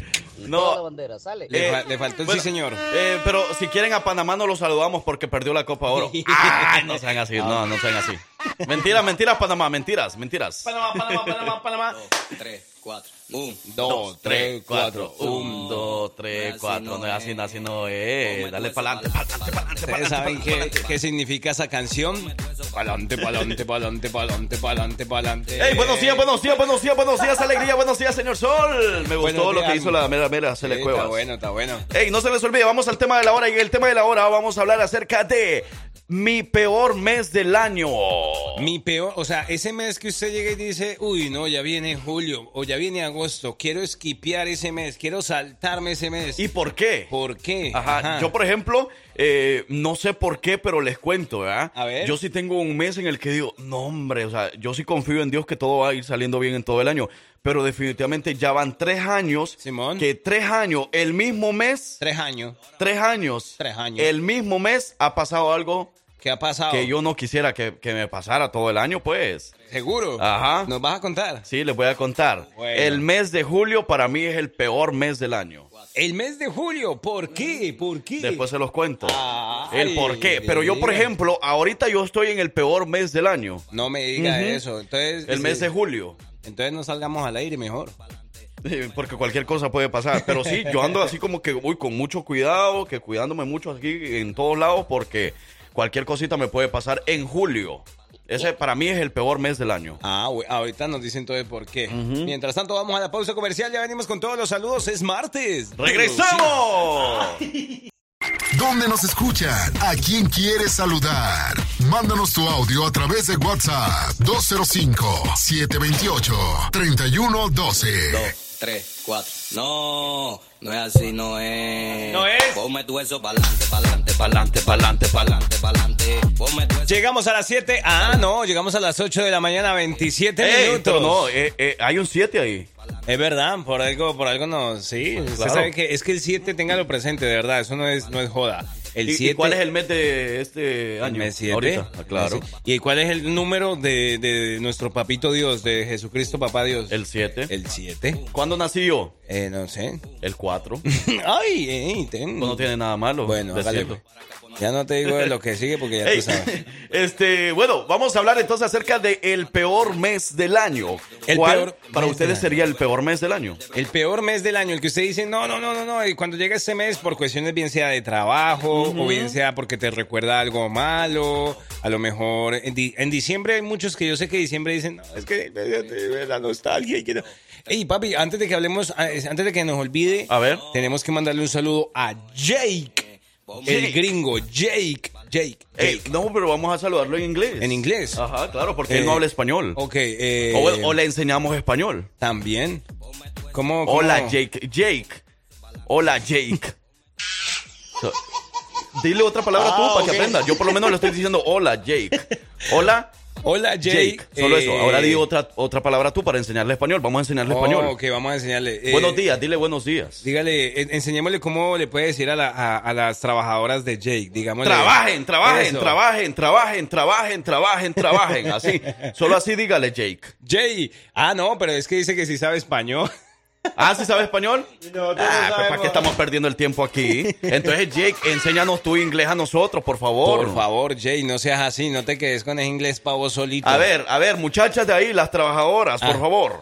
Speaker 2: No.
Speaker 9: toda la bandera, sale.
Speaker 4: Le,
Speaker 2: Eh,
Speaker 4: fa- le faltó el
Speaker 2: bueno.
Speaker 4: sí, señor.
Speaker 2: Eh, pero si quieren a Panamá no lo saludamos porque perdió la Copa Oro. Ay, no sean así, no, no sean así. Mentiras, mentiras, Panamá, mentiras, mentiras.
Speaker 4: Panamá, Panamá, Panamá, Panamá.
Speaker 10: tres, cuatro, un,
Speaker 4: Dos, tres, cuatro,
Speaker 2: Un, dos, tres,
Speaker 10: Así
Speaker 2: cuatro.
Speaker 10: no
Speaker 2: No, así,
Speaker 10: es.
Speaker 2: no, así no es. Dale para adelante,
Speaker 4: ¿Ustedes saben qué, qué significa esa canción? Pa'lante, pa'lante, pa'lante, pa'lante, pa'lante, pa'lante.
Speaker 2: Hey, buenos días, buenos días, buenos días, buenos días, alegría, buenos días, señor Sol. Me
Speaker 4: Buenos
Speaker 2: gustó lo que
Speaker 4: días.
Speaker 2: hizo la mera mera, se
Speaker 4: Sí,
Speaker 2: le
Speaker 4: Está
Speaker 2: cueva.
Speaker 4: bueno, está bueno.
Speaker 2: Ey, no se les olvide, vamos al tema de la hora. Y en el tema de la hora vamos a hablar acerca de mi peor mes del año.
Speaker 4: Mi peor, o sea, ese mes que usted llega y dice, uy, no, ya viene julio o ya viene agosto, quiero esquipear ese mes, quiero saltarme ese mes.
Speaker 2: ¿Y por qué?
Speaker 4: por qué?
Speaker 2: Ajá. Yo, por ejemplo, eh, no sé por qué, pero les cuento, ¿verdad?
Speaker 4: A ver.
Speaker 2: Yo sí tengo un mes en el que digo, no, hombre, o sea, yo sí confío en Dios que todo va a ir saliendo bien en todo el año. Pero definitivamente ya van tres años.
Speaker 4: Simón.
Speaker 2: Que tres años, el mismo mes,
Speaker 4: Tres años.
Speaker 2: tres años.
Speaker 4: Tres años.
Speaker 2: El mismo mes ha pasado algo
Speaker 4: ¿Qué ha pasado?
Speaker 2: que yo no quisiera que, que me pasara todo el año, pues.
Speaker 4: ¿Seguro?
Speaker 2: Ajá.
Speaker 4: ¿Nos vas a contar?
Speaker 2: Sí, les voy a contar.
Speaker 4: Bueno.
Speaker 2: El mes de julio para mí es el peor mes del año.
Speaker 4: El mes de julio, ¿por qué? ¿Por qué? Ah,
Speaker 2: Después se los cuento.
Speaker 4: Ay.
Speaker 2: el por qué. Pero yo, por ejemplo, ahorita yo estoy en el peor mes del año.
Speaker 4: No me diga eso. Entonces,
Speaker 2: El mes de julio.
Speaker 4: Entonces no salgamos al aire mejor.
Speaker 2: Eh, Porque cualquier cosa puede pasar. Pero sí, yo ando así como que voy con mucho cuidado, que cuidándome mucho aquí en todos lados porque cualquier cosita me puede pasar en julio. Ese para mí es el peor mes del año.
Speaker 4: Ah, güey, ahorita nos dicen entonces por qué. Mientras tanto, vamos a la pausa comercial. Ya venimos con todos los saludos. Es martes.
Speaker 2: ¡Regresamos!
Speaker 1: ¿Dónde nos escuchan? ¿A quién quieres saludar? Mándanos tu audio a través de WhatsApp 205-728-3112.
Speaker 10: dos, tres, cuatro. No, no es así, no es.
Speaker 4: No es.
Speaker 10: Ponme tu eso pa'lante, pa'lante, pa'lante, pa'lante, pa'lante, pa'lante. Ponme tu eso.
Speaker 4: Llegamos a las 7. Ah, no, llegamos a las 8 de la mañana, 27
Speaker 2: Ey,
Speaker 4: minutos.
Speaker 2: pero no, eh, eh, hay un 7 ahí.
Speaker 4: Es verdad, por algo, por algo no. Sí, usted
Speaker 2: claro.
Speaker 4: sabe que es que el 7 téngalo presente, de verdad. Eso no es, no es joda. El
Speaker 2: ¿Y- y
Speaker 4: siete-
Speaker 2: cuál es el mes de este año?
Speaker 4: mes siete.
Speaker 2: Ahorita, ah, claro.
Speaker 4: Mes siete. ¿Y cuál es el número de, de nuestro papito Dios, de Jesucristo papá Dios? El 7. El 7.
Speaker 2: ¿Cuándo nací yo?
Speaker 4: Eh, no sé.
Speaker 2: El 4.
Speaker 4: Ay, eh, ten-
Speaker 2: no tiene nada malo.
Speaker 4: Bueno,
Speaker 2: te
Speaker 4: hágale,
Speaker 2: siento.
Speaker 4: pues. Ya no te digo de lo que sigue porque ya
Speaker 2: Ey,
Speaker 4: tú sabes.
Speaker 2: Este, bueno, vamos a hablar entonces acerca de el peor mes del año.
Speaker 4: El
Speaker 2: ¿Cuál
Speaker 4: peor
Speaker 2: para
Speaker 4: mes del
Speaker 2: ustedes
Speaker 4: año.
Speaker 2: sería el peor mes del año?
Speaker 4: El peor mes del año, el que usted dice, no, no, no, no, no, y cuando llega ese mes por cuestiones bien sea de trabajo o bien sea porque te recuerda algo malo, a lo mejor en, di- en diciembre hay muchos que yo sé que diciembre dicen, no, es que eh, eh, la nostalgia y que no. Ey, papi, antes de que hablemos, ah, es- antes de que nos olvide, a ver, tenemos que mandarle un saludo a Jake,
Speaker 2: Jake.
Speaker 4: el gringo, Jake, Jake.
Speaker 2: Ey, no, pero vamos a saludarlo en inglés.
Speaker 4: En inglés.
Speaker 2: Ajá, claro, porque él no
Speaker 4: Eh,
Speaker 2: habla español.
Speaker 4: Ok, eh,
Speaker 2: O, o le enseñamos español.
Speaker 4: también. ¿Cómo, cómo?
Speaker 2: Hola, Jake. Jake. Hola, Jake. So- Dile otra palabra
Speaker 4: Ah,
Speaker 2: tú para que aprenda. Yo por lo menos le estoy diciendo hola, Jake. Hola,
Speaker 4: Hola, Jake.
Speaker 2: Jake. Solo eso.
Speaker 4: eh,
Speaker 2: Ahora di otra, otra palabra tú para enseñarle español. Vamos a enseñarle español.
Speaker 4: Oh, ok, vamos a enseñarle. eh,
Speaker 2: Buenos días, dile buenos días.
Speaker 4: Dígale, en- enseñémosle cómo le puede decir a, la- a- a las trabajadoras de Jake, digámosle.
Speaker 2: Trabajen, trabajen,
Speaker 4: Eso.
Speaker 2: trabajen, trabajen, trabajen, trabajen, trabajen. Así. Solo así dígale, Jake.
Speaker 4: Jake. Ah, no, pero es que dice que sí sabe español.
Speaker 2: Ah, ¿sí sabe español? Ah, pues para qué estamos perdiendo el tiempo aquí. Entonces, Jake, enséñanos tu inglés a nosotros, por favor.
Speaker 4: Por favor, Jake, no seas así, no te quedes con el inglés pavo solito.
Speaker 2: A ver, a ver, muchachas de ahí, las trabajadoras,
Speaker 4: Ah.
Speaker 2: por favor.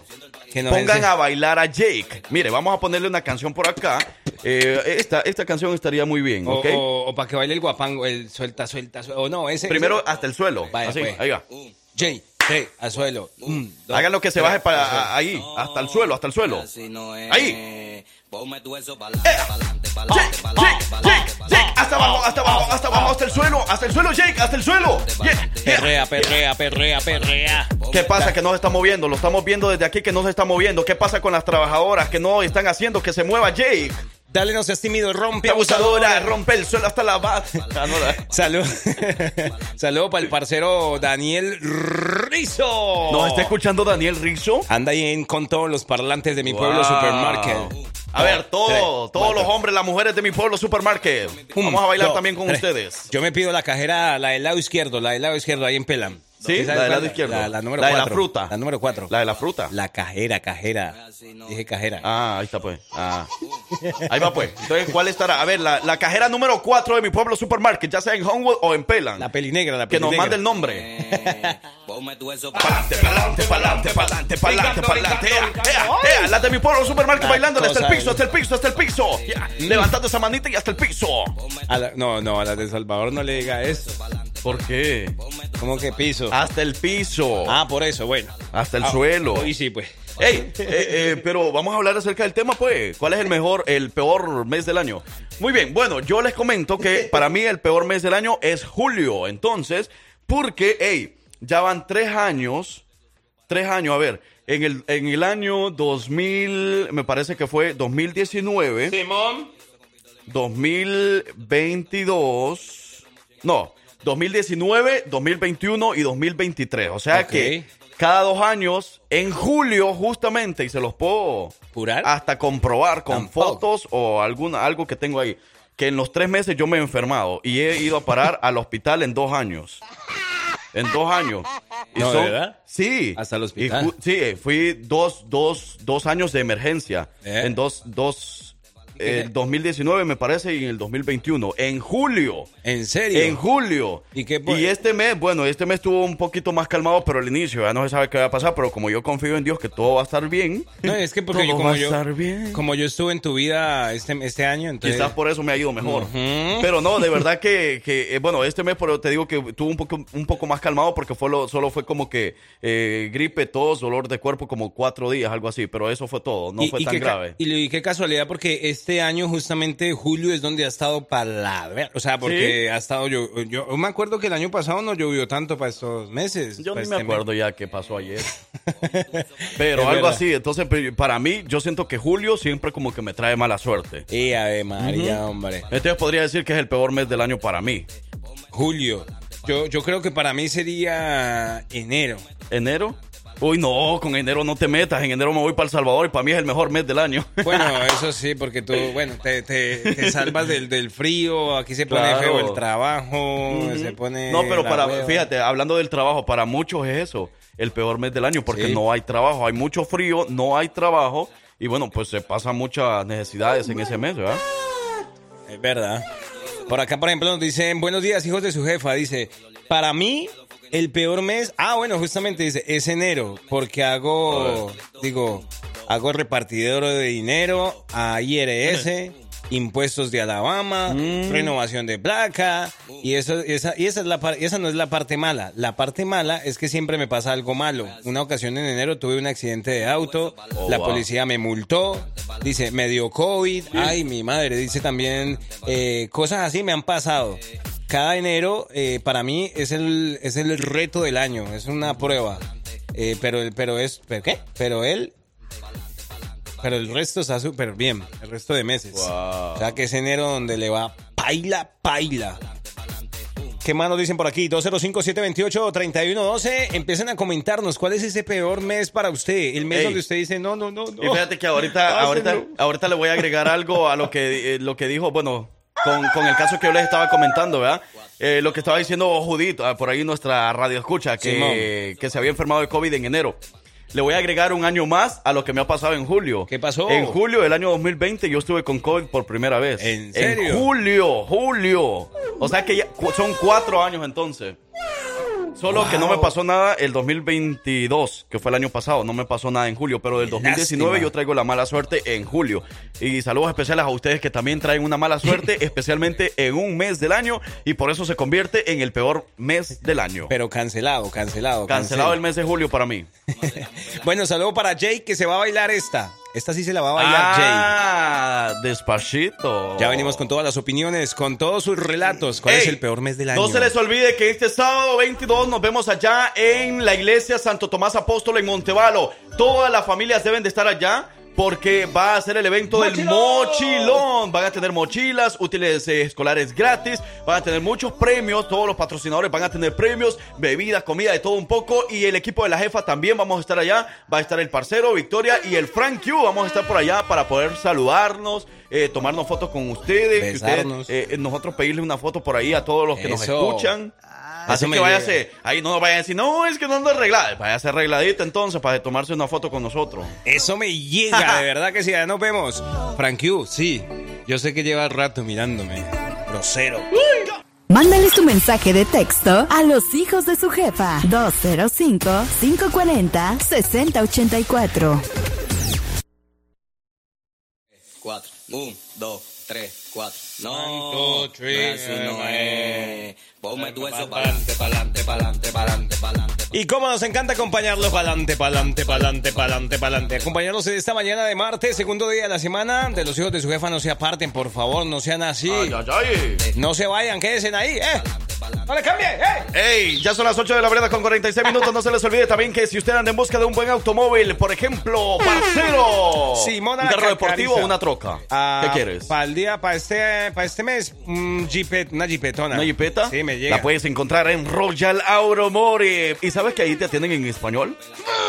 Speaker 4: que nos
Speaker 2: Pongan
Speaker 4: ense-
Speaker 2: a bailar a Jake. Mire, vamos a ponerle una canción por acá. Eh, esta, esta canción estaría muy bien,
Speaker 4: O,
Speaker 2: ¿ok?
Speaker 4: para que baile el guapango, el suelta, suelta, suelta. O no, ese.
Speaker 2: Primero
Speaker 4: ese-
Speaker 2: hasta el suelo.
Speaker 4: Vaya,
Speaker 2: Así,
Speaker 4: pues.
Speaker 2: ahí va.
Speaker 4: Jake, Jake, al suelo. Un, dos,
Speaker 2: Hagan lo que se
Speaker 4: tres,
Speaker 2: baje para
Speaker 4: al suelo.
Speaker 2: a- ahí, Mm, hasta el suelo, hasta el suelo.
Speaker 10: Así no es.
Speaker 2: Ahí.
Speaker 10: Ponme tu eso pa'lante, pa'lante, pa'lante,
Speaker 2: Jake,
Speaker 10: pa'lante,
Speaker 2: Jake,
Speaker 10: pa'lante,
Speaker 2: Jake, Jake,
Speaker 10: pa'lante.
Speaker 2: hasta abajo, hasta abajo, hasta abajo, hasta el suelo, hasta el suelo, Jake, hasta el suelo. Yeah, yeah.
Speaker 4: Perrea, perrea, perrea, perrea.
Speaker 2: ¿Qué pasa que no se está moviendo? Lo estamos viendo desde aquí que no se está moviendo. ¿Qué pasa con las trabajadoras que no están haciendo que se mueva Jake?
Speaker 4: Dale, no seas tímido, rompe,
Speaker 2: Abusadora, rompe el suelo hasta la base.
Speaker 4: Salud. Saludo para el parcero Daniel Rizo.
Speaker 2: ¿Nos está escuchando Daniel Rizzo?
Speaker 4: Anda ahí en- con todos los parlantes de mi pueblo
Speaker 2: Wow.
Speaker 4: supermarket.
Speaker 2: A ver, todos,
Speaker 4: Tres,
Speaker 2: todos los
Speaker 4: cuatro.
Speaker 2: hombres, las mujeres de mi pueblo supermarket.
Speaker 4: Un,
Speaker 2: Vamos a bailar
Speaker 4: dos,
Speaker 2: también con
Speaker 4: tres.
Speaker 2: ustedes.
Speaker 4: Yo me pido la cajera, la del lado izquierdo, la del lado izquierdo ahí en Pelam.
Speaker 2: Sí,
Speaker 4: ¿Sabes
Speaker 2: la
Speaker 4: cuál?
Speaker 2: del lado izquierdo.
Speaker 4: La, la número
Speaker 2: La de la
Speaker 4: cuatro.
Speaker 2: fruta.
Speaker 4: La número cuatro.
Speaker 2: La
Speaker 4: La,
Speaker 2: de la fruta.
Speaker 4: cajera, cajera. Dije cajera.
Speaker 2: Ah, ahí está pues. Ah. Ahí va pues. Entonces, ¿cuál estará? A ver, la, la cajera número 4 de mi pueblo supermarket, ya sea en Homewood o en Pelan.
Speaker 4: La pelinegra, la
Speaker 2: que nos
Speaker 4: pelinegra.
Speaker 2: mande el nombre.
Speaker 10: Ponme tu eso
Speaker 2: Pa'lante, pa'lante, pa'lante, pa'lante, pa'lante, pa'lante. Ea, ea, ea. Las de mi pueblo supermercado
Speaker 4: La
Speaker 2: bailando hasta el
Speaker 4: cosa
Speaker 2: piso, hasta el piso, hasta el piso. Ya, Levantando esa manita y hasta el piso.
Speaker 4: A la- no, no, a la de Salvador no le diga eso.
Speaker 2: ¿Por qué?
Speaker 4: ¿Cómo que piso? Ah,
Speaker 2: Hasta el piso.
Speaker 4: por eso, bueno.
Speaker 2: Hasta el
Speaker 4: Ah,
Speaker 2: suelo.
Speaker 4: Y sí, pues.
Speaker 2: Ey, eh, eh, pero vamos a hablar acerca del tema, pues. ¿Cuál es el mejor, el peor mes del año? Muy bien, bueno, yo les comento que para mí el peor mes del año es julio. Entonces, porque, ey, ya van tres años, tres años, a ver, en el, en el año 2000, me parece que fue 2019.
Speaker 4: Simón.
Speaker 2: 2022. No, 2019, 2021 y 2023. O sea
Speaker 4: Ok.
Speaker 2: que cada dos años, en julio justamente, y se los puedo
Speaker 4: ¿Jurar?
Speaker 2: hasta comprobar con
Speaker 4: Tampoco.
Speaker 2: fotos o alguna, algo que tengo ahí, que en los tres meses yo me he enfermado y he ido a parar al hospital en dos años. En dos años.
Speaker 4: No, ¿de verdad?
Speaker 2: Sí.
Speaker 4: Hasta el
Speaker 2: Y
Speaker 4: hospital.
Speaker 2: ju- sí, eh, fui dos, dos, dos años de emergencia.
Speaker 4: Eh.
Speaker 2: En dos, dos, eh, 2019 me parece y en el 2021. En julio.
Speaker 4: ¿En serio?
Speaker 2: En julio.
Speaker 4: ¿Y qué po-
Speaker 2: este mes, bueno, este mes estuvo un poquito más calmado, pero al inicio ya no se sabe qué va a pasar, pero como yo confío en Dios que todo va a estar bien.
Speaker 4: No, es que
Speaker 2: todo
Speaker 4: porque yo,
Speaker 2: va
Speaker 4: como,
Speaker 2: a
Speaker 4: yo,
Speaker 2: estar bien.
Speaker 4: como yo estuve en tu vida este, este año, entonces...
Speaker 2: Quizás por eso me ha ido mejor. Pero no, de verdad que, que, eh, bueno, este mes pero te digo que tuvo un poco, un poco más calmado porque fue lo- solo fue como que eh, gripe, tos, dolor de cuerpo, como cuatro días, algo así. Pero eso fue todo, no fue tan
Speaker 4: qué ca-
Speaker 2: grave.
Speaker 4: Y, y qué casualidad, porque este año justamente julio es donde ha estado palabra. O sea, porque
Speaker 2: ¿Sí?
Speaker 4: ha estado yo, yo. yo me acuerdo que el año pasado no llovió tanto para estos meses.
Speaker 2: Yo
Speaker 4: para
Speaker 2: ni me
Speaker 4: este mes.
Speaker 2: acuerdo ya qué pasó ayer. Pero
Speaker 4: Es
Speaker 2: algo
Speaker 4: verdad.
Speaker 2: así. Entonces, pe- para mí, yo siento que julio siempre como que me trae mala suerte.
Speaker 4: Y Ave María, hombre.
Speaker 2: Entonces podría decir que es el peor mes del año para mí.
Speaker 4: Julio. Yo, yo creo que para mí sería enero.
Speaker 2: ¿Enero? Uy, no, con enero no te metas. En enero me voy para El Salvador y para mí es el mejor mes del año.
Speaker 4: Bueno, eso sí, porque tú, bueno, te, te, te salvas del, del frío, aquí se pone
Speaker 2: Claro.
Speaker 4: feo el trabajo,
Speaker 2: Ujú.
Speaker 4: se pone...
Speaker 2: No, pero
Speaker 4: la
Speaker 2: para,
Speaker 4: hueva.
Speaker 2: fíjate, hablando del trabajo, para muchos es eso, el peor mes del año, porque
Speaker 4: Sí.
Speaker 2: no hay trabajo, hay mucho frío, no hay trabajo, y bueno, pues se pasan muchas necesidades en ese mes, ¿verdad?
Speaker 4: Es verdad. Por acá, por ejemplo, nos dicen, buenos días, hijos de su jefa. Dice, para mí, el peor mes, ah, bueno, justamente dice, es enero, porque hago, digo, hago repartidor de dinero a IRS, impuestos de Alabama, renovación de placa, y eso, y esa, y esa es la par- y esa no es la parte mala. La parte mala es que siempre me pasa algo malo. Una ocasión en enero tuve un accidente de auto,
Speaker 2: Oh,
Speaker 4: la
Speaker 2: wow.
Speaker 4: policía policía me multó, dice, me dio COVID, ay, mi madre, dice también, eh, cosas así me han pasado. Cada enero eh, para mí es el, es el reto del año, es una prueba. Eh, pero, el- pero es, ¿pero qué? Pero él, pero el resto está súper bien, el resto de meses. O sea que es enero donde le va paila, paila. ¿Qué más nos dicen por aquí? 205-728-3112. Empiecen a comentarnos cuál es ese peor mes para usted. El mes
Speaker 2: Ey.
Speaker 4: donde usted dice, no, no, no, no.
Speaker 2: Y fíjate que ahorita, ahorita,
Speaker 4: Pásenlo.
Speaker 2: ahorita le voy a agregar algo a lo que, eh, lo que dijo, bueno, con, con el caso que yo les estaba comentando, ¿verdad? Eh, lo que estaba diciendo Judith, ah, por ahí nuestra radio escucha, que,
Speaker 4: Simón.
Speaker 2: que se había enfermado de COVID en enero. Le voy a agregar un año más a lo que me ha pasado en julio.
Speaker 4: ¿Qué pasó?
Speaker 2: En julio del año 2020 yo estuve con COVID por primera vez.
Speaker 4: ¿En serio?
Speaker 2: julio, julio. O sea que ya cu- son cuatro años entonces. Solo que no me
Speaker 4: Wow.
Speaker 2: pasó nada el 2022, que fue el año pasado, no me pasó nada en julio, pero del 2019
Speaker 4: Lástima.
Speaker 2: yo traigo la mala suerte en julio. Y saludos especiales a ustedes que también traen una mala suerte, especialmente en un mes del año, y por eso se convierte en el peor mes del año.
Speaker 4: Pero cancelado, cancelado.
Speaker 2: Cancelado el mes de julio para mí.
Speaker 4: cancel- Bueno, saludo para Jay que se va a bailar esta. Esta sí se la va a bailar Jay.
Speaker 2: Ah, despachito.
Speaker 4: Ya venimos con todas las opiniones, con todos sus relatos. ¿Cuál
Speaker 2: Ey,
Speaker 4: es el peor mes del año?
Speaker 2: No se les olvide que este sábado 22 nos vemos allá en la iglesia Santo Tomás Apóstol en Montevalo. Todas las familias deben de estar allá. Porque va a ser el evento del mochilón. Van a tener mochilas, útiles eh, escolares gratis. Van a tener muchos premios. Todos los patrocinadores van a tener premios, bebidas, comida, de todo un poco. Y el equipo de la jefa también vamos a estar allá. Va a estar el parcero Victoria y el Frank Q. Vamos a estar por allá para poder saludarnos, eh, tomarnos fotos con ustedes. que ustedes,
Speaker 4: Besarnos.
Speaker 2: eh, eh, nosotros pedirle una foto por ahí a todos los que nos
Speaker 4: Eso.
Speaker 2: escuchan. Así
Speaker 4: Ah, eso me
Speaker 2: que váyase, ahí no nos vayan a decir, no, es que no anda arreglada. Váyase arregladita entonces para tomarse una foto con nosotros.
Speaker 4: Eso me llega, de verdad que sí. Ya nos vemos. Frank Yu, sí. Yo sé que lleva rato mirándome. Grosero.
Speaker 2: ¡Uh!
Speaker 11: Mándales tu mensaje de texto a los hijos de su jefa 205-540-6084.
Speaker 10: 4, 1, 2, 3, 4.
Speaker 4: One,
Speaker 10: No,
Speaker 4: two, three,
Speaker 10: no, así no
Speaker 4: eh.
Speaker 10: es. Ponme tu eso pa'lante, pa'lante, pa'lante, pa'lante, pa'lante.
Speaker 4: Y cómo nos encanta acompañarlos pa'lante, pa'lante, pa'lante, pa'lante, pa'lante. Acompañarlos en esta mañana de martes, segundo día de la semana. De los hijos de su jefa no se aparten, por favor, no sean así.
Speaker 2: Ay, ay, ay.
Speaker 4: No se vayan, quédense ahí, eh. No le cambie, eh.
Speaker 2: Ey, ya son las 8 de la mañana con 46 minutos. No se les olvide también que si usted anda en busca de un buen automóvil, por ejemplo, parcero,
Speaker 4: Simona
Speaker 2: un
Speaker 4: la
Speaker 2: carro deportivo o
Speaker 4: Cacariza.
Speaker 2: una troca.
Speaker 4: Ah,
Speaker 2: ¿Qué quieres?
Speaker 4: Para el día, para este, para este mes, un jeepet- una jipetona.
Speaker 2: ¿Una jipeta?
Speaker 4: Sí, me llega.
Speaker 2: La puedes encontrar en Royal Auromore. ¿Y sabes que ahí te atienden en español?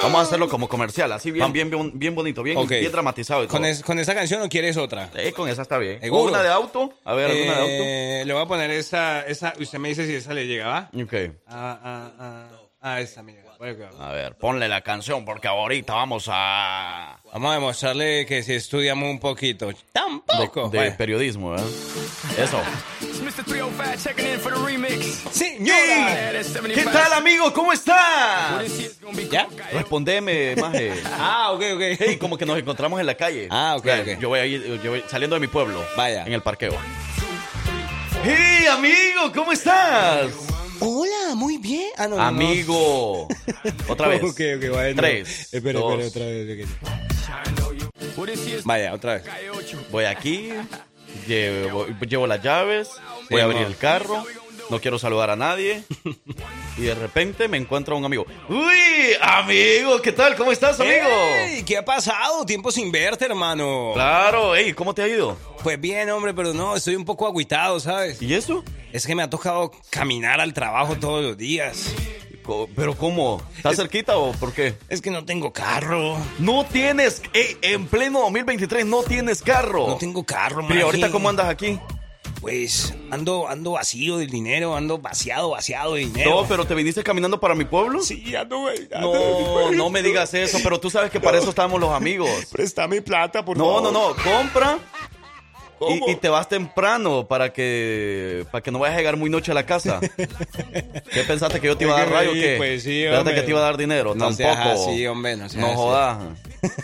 Speaker 2: Vamos a hacerlo como comercial, así bien, bien, bien, bien bonito, bien,
Speaker 4: Ok.
Speaker 2: bien dramatizado. y
Speaker 4: ¿Con,
Speaker 2: todo.
Speaker 4: es- ¿Con esa canción o quieres otra?
Speaker 2: Eh, con esa está bien.
Speaker 4: ¿Seguro?
Speaker 2: ¿O una de auto? A ver, ¿alguna de
Speaker 4: Eh, Le voy a poner esa, esa. Usted me dice si esa le llega, ¿va?
Speaker 2: auto? Ok.
Speaker 4: Ah, ah, ah. Ah, esa me llega. Voy a cuidar.
Speaker 2: A ver, ponle la canción porque ahorita vamos a...
Speaker 4: Vamos a demostrarle que si estudiamos un poquito. Tampoco.
Speaker 2: De
Speaker 4: Vaya.
Speaker 2: periodismo, ¿eh? Eso.
Speaker 4: Señora.
Speaker 2: ¿Qué tal, amigo? ¿Cómo estás?
Speaker 4: ¿Ya?
Speaker 2: Respondeme, maje.
Speaker 4: Ah, ok, ok.
Speaker 2: Hey, como que nos encontramos en la calle.
Speaker 4: Ah, ok,
Speaker 2: Claro,
Speaker 4: ok.
Speaker 2: Yo voy a ir yo voy saliendo de mi pueblo.
Speaker 4: Vaya.
Speaker 2: En el parqueo. ¡Hey, amigo! ¿Cómo estás?
Speaker 4: Hola, muy bien. Ah, no, no, no.
Speaker 2: Amigo. Otra vez.
Speaker 4: Ok, ok, bueno.
Speaker 2: Tres,
Speaker 4: Espera,
Speaker 2: dos.
Speaker 4: espera, otra vez. ok. Vaya, otra vez.
Speaker 2: Voy aquí, llevo, llevo las llaves, voy a abrir el carro, no quiero saludar a nadie. Y de repente me encuentro a un amigo. ¡Uy! Amigo, ¿qué tal? ¿Cómo estás, amigo?
Speaker 4: Ey, ¿Qué ha pasado? Tiempo sin verte, hermano.
Speaker 2: Claro, hey, ¿cómo te ha ido?
Speaker 4: Pues bien, hombre, pero no, estoy un poco agüitado, ¿sabes?
Speaker 2: ¿Y eso?
Speaker 4: Es que me ha tocado caminar al trabajo todos los días.
Speaker 2: Co- ¿Pero cómo? ¿Estás cerquita o por qué?
Speaker 4: Es que no tengo carro.
Speaker 2: No tienes, eh, en pleno 2023 no tienes carro.
Speaker 4: No tengo carro,
Speaker 2: Pero ahorita
Speaker 4: maje.
Speaker 2: cómo andas aquí?
Speaker 4: Pues ando, ando vacío del dinero, ando vaciado, vaciado de dinero.
Speaker 2: No, pero te viniste caminando para mi pueblo.
Speaker 4: Sí, ando,
Speaker 2: No,
Speaker 4: ando-
Speaker 2: no me digas eso, pero tú sabes que para eso estamos los amigos.
Speaker 4: Préstame plata, por
Speaker 2: No,
Speaker 4: favor.
Speaker 2: no, no, compra
Speaker 4: ¿Cómo?
Speaker 2: y, y te vas temprano para que para que no vayas a llegar muy noche a la casa. ¿Qué pensaste que yo te iba a dar rayo o qué?
Speaker 4: Pues sí,
Speaker 2: pensaste
Speaker 4: hombre.
Speaker 2: que te iba a dar dinero,
Speaker 4: No seas
Speaker 2: tampoco.
Speaker 4: así, hombre, no seas
Speaker 2: No
Speaker 4: así.
Speaker 2: jodas.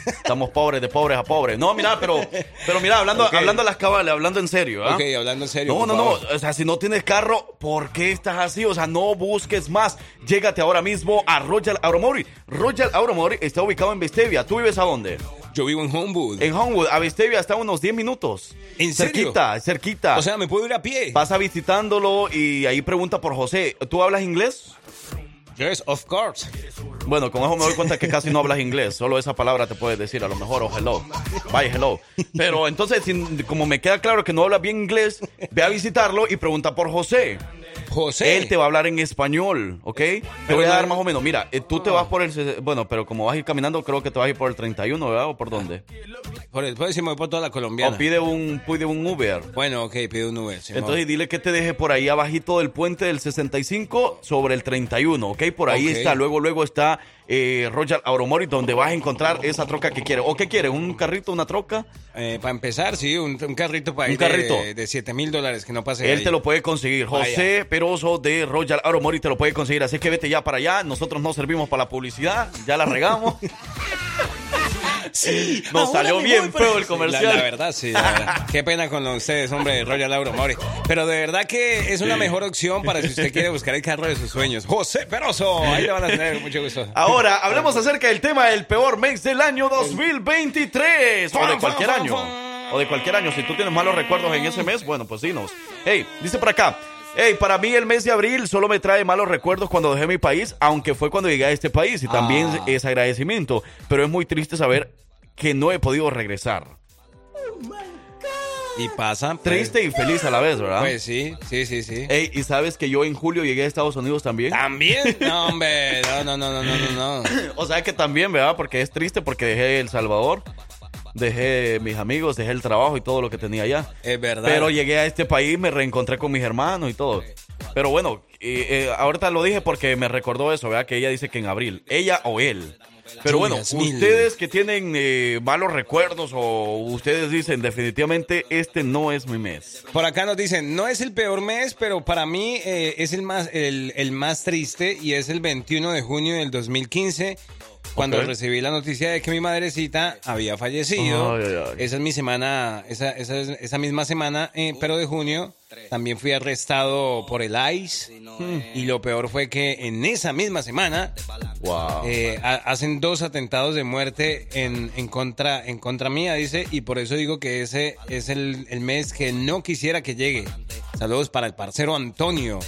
Speaker 2: Estamos pobres de pobres a pobres. No, mira, pero pero mira, hablando
Speaker 4: Ok.
Speaker 2: hablando a las cabales, hablando en serio, ¿ah?
Speaker 4: Ok, hablando en serio.
Speaker 2: No,
Speaker 4: por
Speaker 2: no, no.
Speaker 4: favor.
Speaker 2: O sea, si no tienes carro, ¿por qué estás así? O sea, no busques más. Llégate ahora mismo a Royal Automori. Royal Automori está ubicado en Vestevia. ¿Tú vives a dónde?
Speaker 4: Yo vivo en Homewood.
Speaker 2: En Homewood. A Vestevia está a unos 10 minutos.
Speaker 4: ¿En serio?
Speaker 2: cerquita, cerquita.
Speaker 4: O sea, me puedo ir a pie.
Speaker 2: Pasa visitándolo y ahí pregunta por José. ¿Tú hablas inglés?
Speaker 4: Yes, of course.
Speaker 2: Bueno, con eso me doy cuenta que casi no hablas inglés. Solo esa palabra te puedes decir, a lo mejor, o hello. Bye, hello. Pero entonces, si- como me queda claro que no hablas bien inglés, ve a visitarlo y pregunta por José.
Speaker 4: José.
Speaker 2: Él te va a hablar en español, ¿ok? Te voy a dar más o menos. Mira, eh, tú te vas por el. ses- Bueno, pero como vas a ir caminando, creo que te vas a ir por el 31, ¿verdad? ¿O por dónde?
Speaker 4: Por el, puedes decirme voy por toda la colombiana.
Speaker 2: O pide un, pide un Uber.
Speaker 4: Bueno, ok, pido un Uber. Simón.
Speaker 2: Entonces dile que te deje por ahí abajito del puente del 65 sobre el 31, ¿ok? Por ahí
Speaker 4: Ok.
Speaker 2: está, luego, luego está eh, Royal Auromori, donde vas a encontrar esa troca que quieres. ¿O qué quieres? ¿Un carrito, una troca?
Speaker 4: Eh, para empezar, sí, un, un carrito para
Speaker 2: Un
Speaker 4: ir de-
Speaker 2: carrito.
Speaker 4: de, 7 mil dólares que no pase.
Speaker 2: Él
Speaker 4: ahí.
Speaker 2: te lo puede conseguir. José Peroso de Royal Auromori te lo puede conseguir. Así que vete ya para allá. Nosotros no servimos para la publicidad, ya la regamos. sí, nos
Speaker 4: Ahora
Speaker 2: salió
Speaker 4: me voy
Speaker 2: bien
Speaker 4: para-
Speaker 2: feo el
Speaker 4: Sí,
Speaker 2: comercial.
Speaker 4: La, la verdad, sí, la verdad. Qué pena con ustedes, hombre, de Royal Lauro Mauri. Pero de verdad que es una mejor opción para si usted quiere buscar el carro de sus sueños. José Peroso, ahí lo van a tener, mucho gusto.
Speaker 2: Ahora hablemos acerca del tema del peor mes del año 2023 o de cualquier año. O de cualquier año, si tú tienes malos recuerdos en ese mes, bueno, pues dinos. Hey, dice por acá. Hey, para mí el mes de abril solo me trae malos recuerdos cuando dejé mi país, aunque fue cuando llegué a este país y también
Speaker 4: Ah.
Speaker 2: es agradecimiento, pero es muy triste saber que no he podido regresar.
Speaker 4: Y pasan. pues,
Speaker 2: Triste y feliz a la vez, ¿verdad?
Speaker 4: Pues sí, sí, sí, sí.
Speaker 2: Hey, y sabes que yo en julio llegué a Estados Unidos también.
Speaker 4: También. No, hombre, no, no, no, no, no, no.
Speaker 2: O sea que también, ¿verdad? Porque es triste porque dejé El Salvador, dejé mis amigos, dejé el trabajo y todo lo que tenía allá.
Speaker 4: Es verdad.
Speaker 2: Pero llegué a este país, me reencontré con mis hermanos y todo. Pero bueno, eh, eh, ahorita lo dije porque me recordó eso, ¿verdad? Que ella dice que en abril, ella o él. Pero bueno,
Speaker 4: Dios mío.
Speaker 2: ustedes que tienen eh, malos recuerdos o ustedes dicen definitivamente este no es mi mes.
Speaker 4: Por acá nos dicen, no es el peor mes, pero para mí eh, es el más, el, el más triste y es el 21 de junio del 2015, cuando
Speaker 2: Ok.
Speaker 4: recibí la noticia de que mi madrecita había fallecido.
Speaker 2: Ay, ay, ay.
Speaker 4: Esa es mi semana, esa, esa, es- esa misma semana, eh, pero de junio, también fui arrestado por el ICE. Hmm. Y lo peor fue que en esa misma semana
Speaker 2: Wow.
Speaker 4: eh, ha- hacen dos atentados de muerte en, en contra, en contra mía, dice, y por eso digo que ese es el, el mes que no quisiera que llegue. Saludos para el parcero Antonio.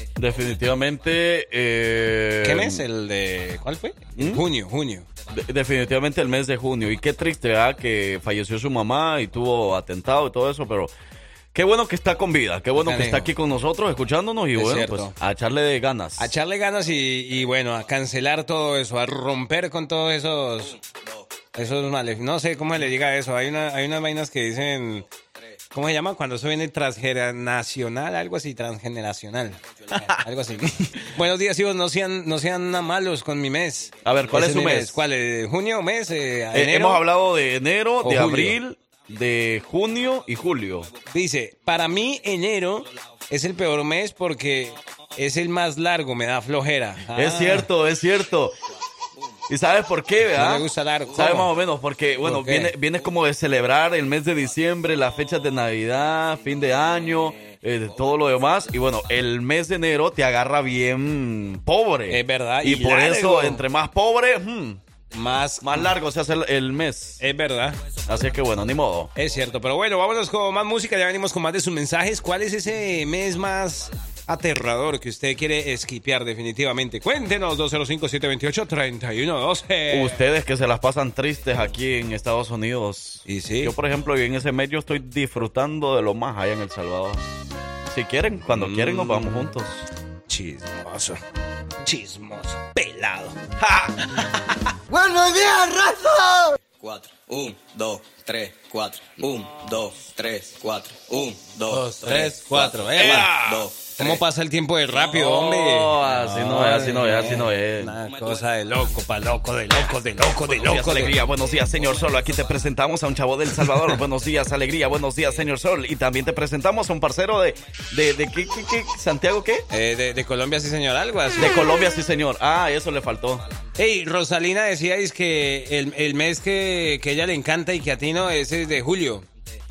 Speaker 2: definitivamente... eh,
Speaker 4: ¿Qué mes? ¿El de cuál fue?
Speaker 2: ¿Mm?
Speaker 4: Junio, junio.
Speaker 2: De- definitivamente el mes de junio. Y qué triste, ¿verdad? Que falleció su mamá y tuvo atentado y todo eso, pero qué bueno que está con vida, qué bueno que
Speaker 4: Canijo.
Speaker 2: está aquí con nosotros escuchándonos y
Speaker 4: Es
Speaker 2: bueno,
Speaker 4: cierto.
Speaker 2: pues a echarle de ganas.
Speaker 4: A echarle ganas y, y bueno, a cancelar todo eso, a romper con todos esos esos males. No sé cómo se le diga eso. Hay una, hay unas vainas que dicen ¿Cómo se llama? Cuando eso viene transgeneracional, algo así, transgeneracional. algo así. Buenos días, hijos. No sean, no sean nada malos con mi mes.
Speaker 2: A ver, ¿cuál
Speaker 4: Ese
Speaker 2: es su
Speaker 4: mi
Speaker 2: mes?
Speaker 4: ¿Cuál? eh, ¿Junio? ¿Mes? eh,
Speaker 2: Eh,
Speaker 4: enero?
Speaker 2: hemos hablado de enero, de
Speaker 4: julio.
Speaker 2: abril, de junio y julio.
Speaker 4: Dice, para mí enero es el peor mes porque es el más largo, me da flojera.
Speaker 2: Es
Speaker 4: Ah.
Speaker 2: cierto, es cierto. ¿Y sabes por qué, verdad?
Speaker 4: No le gusta largo.
Speaker 2: Sabes más
Speaker 4: ¿Cómo?
Speaker 2: o menos, porque, bueno,
Speaker 4: ¿Por qué?
Speaker 2: viene, viene como de celebrar el mes de diciembre, las fechas de Navidad, fin de año, eh, de todo lo demás. Y bueno, el mes de enero te agarra bien pobre.
Speaker 4: Es verdad,
Speaker 2: Y,
Speaker 4: y
Speaker 2: por eso,
Speaker 4: largo.
Speaker 2: entre más pobre,
Speaker 4: Eh.
Speaker 2: hmm,
Speaker 4: Más,
Speaker 2: más largo se hace el, el mes.
Speaker 4: Es verdad,
Speaker 2: Así es que, bueno, ni modo.
Speaker 4: es cierto. Pero bueno, vámonos con más música, ya venimos con más de sus mensajes. ¿Cuál es ese mes más aterrador que usted quiere esquipear definitivamente? Cuéntenos, 205-728-3112.
Speaker 2: Ustedes que se las pasan tristes aquí en Estados Unidos.
Speaker 4: Y sí.
Speaker 2: Yo, por ejemplo, en ese mes yo estoy disfrutando de lo más allá en El Salvador.
Speaker 4: Mm.
Speaker 2: Si quieren, cuando quieren nos vamos juntos.
Speaker 4: Chismoso. Chismoso. Pe-
Speaker 5: ¡Buenos días, raza!
Speaker 10: 4, 1, 2, 3, 4, 1, 2, 3, 4, 1, 2,
Speaker 4: 3, 4. ¿Cómo pasa el tiempo de rápido,
Speaker 2: No,
Speaker 4: hombre?
Speaker 2: así no es, así no es, así no es.
Speaker 4: Una cosa de loco, pa' loco, de loco, de loco, de
Speaker 2: Buenos días,
Speaker 4: loco.
Speaker 2: alegría, buenos días, señor Sol. Aquí te presentamos a un chavo del Salvador. buenos días, alegría, buenos días, señor Sol. Y también te presentamos a un parcero de. ¿De, de qué, qué, qué? ¿Santiago qué?
Speaker 4: Eh, de, de Colombia, sí, señor, algo así.
Speaker 2: De Colombia, sí, señor. Ah, eso le faltó.
Speaker 4: Hey, Rosalina decíais que el, el mes que, que ella le encanta y que a ti no es el de julio.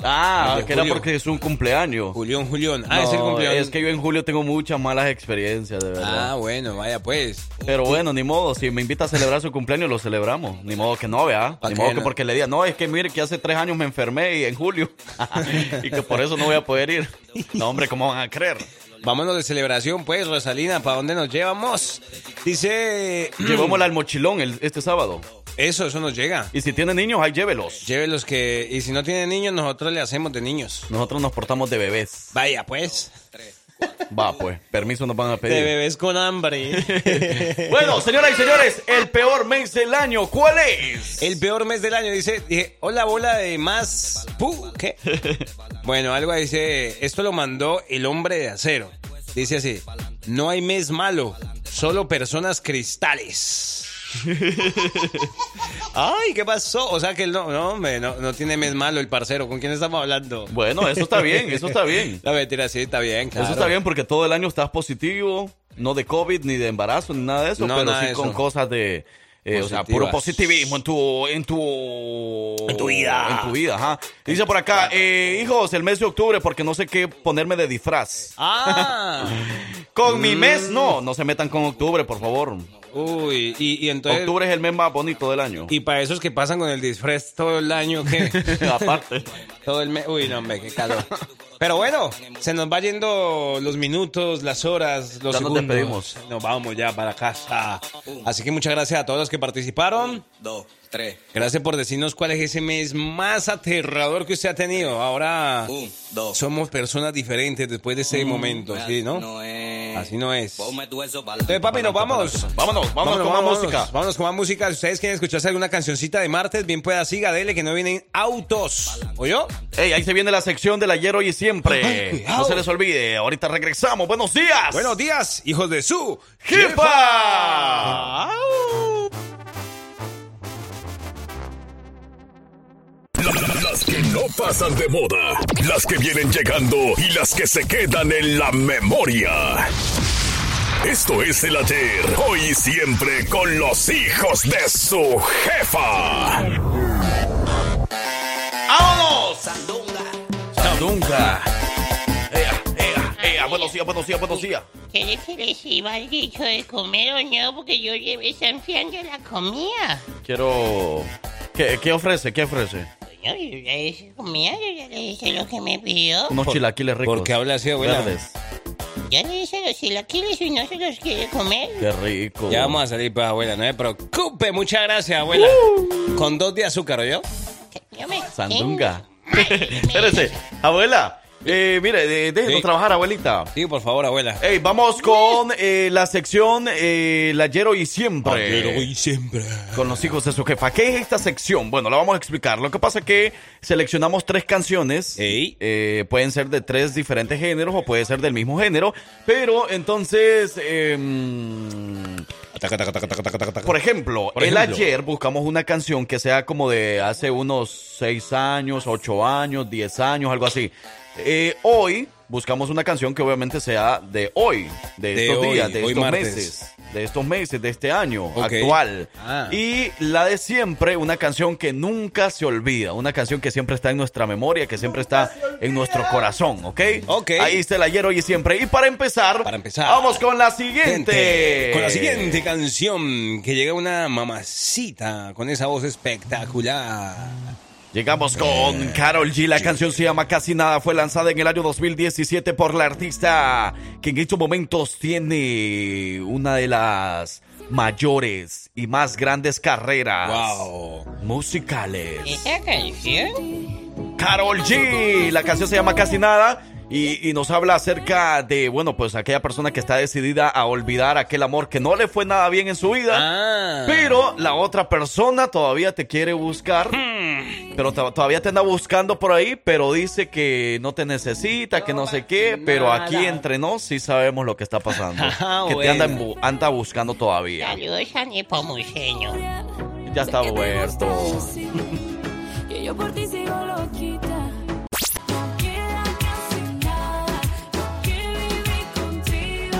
Speaker 2: Ah,
Speaker 4: El de
Speaker 2: que era
Speaker 4: julio.
Speaker 2: porque es un cumpleaños.
Speaker 4: Julión, Julión. Ah, es el cumpleaños.
Speaker 2: Es que yo en julio tengo muchas malas experiencias, de verdad.
Speaker 4: Ah, bueno, vaya pues.
Speaker 2: Pero bueno, ni modo, si me invita a celebrar su cumpleaños, lo celebramos. Ni modo que no, vea.
Speaker 4: ¿Pa
Speaker 2: Ni
Speaker 4: qué,
Speaker 2: modo que
Speaker 4: no?
Speaker 2: porque le diga, no, es que mire que hace tres años me enfermé y en julio. y que por eso no voy a poder ir. No, hombre, ¿cómo van a creer?
Speaker 4: Vámonos de celebración, pues, Rosalina, ¿para dónde nos llevamos? Dice.
Speaker 2: Llevémosla al mochilón el- este sábado.
Speaker 4: Eso, eso nos llega.
Speaker 2: Y si tiene niños, ahí llévelos.
Speaker 4: Llévelos que. Y si no tiene niños, nosotros le hacemos de niños.
Speaker 2: Nosotros nos portamos de bebés.
Speaker 4: Vaya, pues.
Speaker 2: Va, pues, permiso nos van a
Speaker 4: De
Speaker 2: pedir.
Speaker 4: bebés con hambre.
Speaker 2: Bueno, señoras y señores, el peor mes del año, ¿cuál es?
Speaker 4: El peor mes del año, dice, dije, hola bola de más... pu- ¿Qué? Bueno, algo ahí dice, esto lo mandó el hombre de acero. Dice así, no hay mes malo, solo personas cristales. Ay, ¿qué pasó? O sea que él no, no, hombre, no, no tiene mes malo el parcero. ¿Con quién estamos hablando?
Speaker 2: Bueno, eso está bien, eso está bien.
Speaker 4: La mentira, sí, está bien, claro.
Speaker 2: Eso está bien porque todo el año estás positivo, no de COVID, ni de embarazo, ni nada de eso,
Speaker 4: No,
Speaker 2: pero
Speaker 4: nada
Speaker 2: sí
Speaker 4: de
Speaker 2: con
Speaker 4: eso.
Speaker 2: cosas de... eh, o sea,
Speaker 4: Positivas.
Speaker 2: puro positivismo en tu, en tu...
Speaker 4: En tu vida.
Speaker 2: En tu vida, ajá. Dice por acá, eh, hijos, el mes de octubre porque no sé qué ponerme de disfraz.
Speaker 4: Ah,
Speaker 2: Con mi
Speaker 4: Mm.
Speaker 2: mes, no, no se metan con octubre, por favor.
Speaker 4: uy, y, y entonces...
Speaker 2: octubre es el mes más bonito del año.
Speaker 4: Y para esos que pasan con el disfraz todo el año, ¿qué?
Speaker 2: Aparte.
Speaker 4: Todo el mes. Uy, no, hombre, qué calor. Pero bueno, se nos va yendo los minutos, las horas, los
Speaker 2: Ya nos
Speaker 4: segundos.
Speaker 2: despedimos.
Speaker 4: Nos vamos ya para casa. Así que muchas gracias a todos los que participaron.
Speaker 10: 2, 3,
Speaker 4: Gracias por decirnos cuál es ese mes más aterrador que usted ha tenido. Ahora
Speaker 10: 1, 2.
Speaker 4: somos personas diferentes después de ese momento, ¿sí, no?
Speaker 10: No es.
Speaker 4: Así no es.
Speaker 10: Ponme tu eso para
Speaker 4: Entonces, papi, nos vamos.
Speaker 2: Vámonos, vámonos con más música.
Speaker 4: Vámonos con más música. Si ustedes quieren escucharse alguna cancioncita de martes, bien pueda, siga, dele que no vienen autos. ¿Oyó?
Speaker 2: Ey, ahí se viene la sección del ayer, hoy y
Speaker 4: Ay,
Speaker 2: siempre.
Speaker 4: cuidado.
Speaker 2: No se les olvide, ahorita regresamos. Buenos días.
Speaker 4: Buenos días, hijos de su
Speaker 2: ¡Jefa!
Speaker 1: Las que no pasan de moda, las que vienen llegando y las que se quedan en la memoria. Esto es el ayer, hoy y siempre con los hijos de su jefa.
Speaker 2: ¡Vámonos! Sandunga. Ea, ea, ea. Buenos días, buenos días, buenos días.
Speaker 3: ¿Quieres que les iba el dicho de comer o no? Porque yo llevé sanfiando la comida.
Speaker 2: Quiero. ¿Qué, qué ofrece? ¿Qué ofrece?
Speaker 3: Coño, yo ya hice comida, yo ya le hice lo que me pidió.
Speaker 2: Unos chilaquiles ricos.
Speaker 4: ¿Por qué habla así, abuela?
Speaker 2: Verdes.
Speaker 3: Ya le hice los chilaquiles y no se los quiere comer.
Speaker 2: Qué rico.
Speaker 4: Ya vamos a salir, pues, abuela, no me preocupe. Muchas gracias, abuela. Con dos de azúcar, ¿oyó?
Speaker 3: Yo me
Speaker 2: Uh. Sandunga. Espérese, abuela. Eh, mire, de- déjenos
Speaker 4: Sí.
Speaker 2: trabajar, abuelita.
Speaker 4: Sí, por favor, abuela.
Speaker 2: Ey, vamos con eh, la sección eh, La Yero y Siempre.
Speaker 4: siempre.
Speaker 2: Con los hijos de su jefa. ¿Qué es esta sección? Bueno, la vamos a explicar. Lo que pasa es que seleccionamos tres canciones.
Speaker 4: Ey.
Speaker 2: Eh, pueden ser de tres diferentes géneros o puede ser del mismo género. Pero entonces, eh,
Speaker 4: Ataca, ataca, ataca, ataca, ataca, ataca.
Speaker 2: por ejemplo,
Speaker 4: Por
Speaker 2: el
Speaker 4: ejemplo.
Speaker 2: ayer buscamos una canción que sea como de hace unos seis años, ocho años, diez años, algo así. Eh, hoy buscamos una canción que obviamente sea de hoy, de,
Speaker 4: De
Speaker 2: estos
Speaker 4: hoy,
Speaker 2: días, de
Speaker 4: hoy
Speaker 2: estos
Speaker 4: martes.
Speaker 2: meses de estos meses, de este año
Speaker 4: Ok.
Speaker 2: actual.
Speaker 4: Ah.
Speaker 2: Y la de siempre, una canción que nunca se olvida, una canción que siempre está en nuestra memoria, que siempre está en nuestro corazón, ¿ok?
Speaker 4: Ok.
Speaker 2: Ahí está el ayer, hoy y siempre. Y para empezar,
Speaker 4: Para empezar.
Speaker 2: vamos con la siguiente.
Speaker 4: Gente, Con la siguiente canción, que llega una mamacita con esa voz espectacular.
Speaker 2: Llegamos con Carol G. La canción se llama Casi Nada. Fue lanzada en el año 2017 por la artista que en estos momentos tiene una de las mayores y más grandes carreras
Speaker 4: Wow.
Speaker 2: musicales.
Speaker 3: ¿Esa canción?
Speaker 2: Carol G. La canción se llama Casi Nada. Y, y nos habla acerca de, bueno, pues aquella persona que está decidida a olvidar aquel amor que no le fue nada bien en su vida,
Speaker 4: Ah.
Speaker 2: pero la otra persona todavía te quiere buscar,
Speaker 3: Hmm.
Speaker 2: pero to- todavía te anda buscando por ahí, pero dice que no te necesita, que no sé qué, pero aquí
Speaker 3: nada.
Speaker 2: entre nos sí sabemos lo que está pasando,
Speaker 3: Ah,
Speaker 2: que te
Speaker 3: bueno.
Speaker 2: anda, en bu- anda buscando todavía.
Speaker 3: Saludos a Nepomuceno.
Speaker 2: Ya está muerto.
Speaker 12: Que yo por ti sigo loquita. No queda casi nada. Porque viví contigo.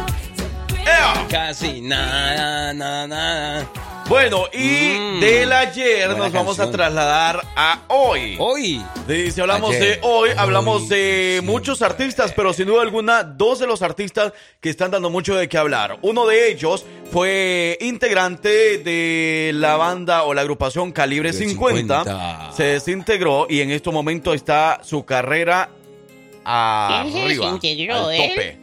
Speaker 4: Casi nada, nada, nada. Mm.
Speaker 2: Bueno, y del ayer nos vamos a trasladar a hoy.
Speaker 4: Hoy.
Speaker 2: si hablamos de
Speaker 4: Ayer.
Speaker 2: hoy, hablamos de muchos artistas, pero sin duda alguna, dos de los artistas que están dando mucho de qué hablar. Uno de ellos fue integrante de la banda o la agrupación Calibre 50. Se desintegró y en este momento está su carrera
Speaker 3: ¿Quién se
Speaker 2: arriba,
Speaker 3: desintegró,
Speaker 2: al
Speaker 3: él?
Speaker 2: tope.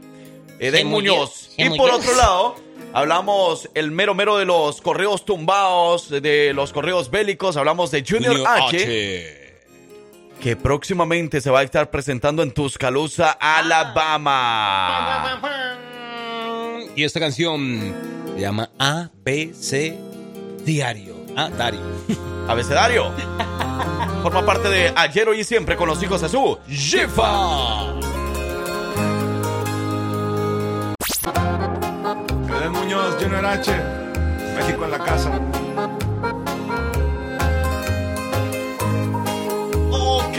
Speaker 2: Eden
Speaker 3: Se murió,
Speaker 2: Muñoz.
Speaker 3: ¿eh? se
Speaker 2: Y
Speaker 3: murió.
Speaker 2: por otro lado, hablamos el mero mero de los correos tumbados, de Eh, los correos bélicos, hablamos de Junior, H, que próximamente se va a estar presentando en Tuscaloosa,
Speaker 3: Ah.
Speaker 2: Alabama.
Speaker 4: Y esta canción se llama ABC Diario. Ah, Dario.
Speaker 2: Abecedario. Forma parte de Ayer, Hoy y Siempre con los hijos de su jefa.
Speaker 13: Edel Muñoz, Junior H, México en la casa.
Speaker 2: Ok,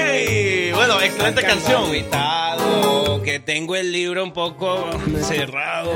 Speaker 2: bueno, excelente canción.
Speaker 4: Agüitado, que tengo el libro un poco cerrado.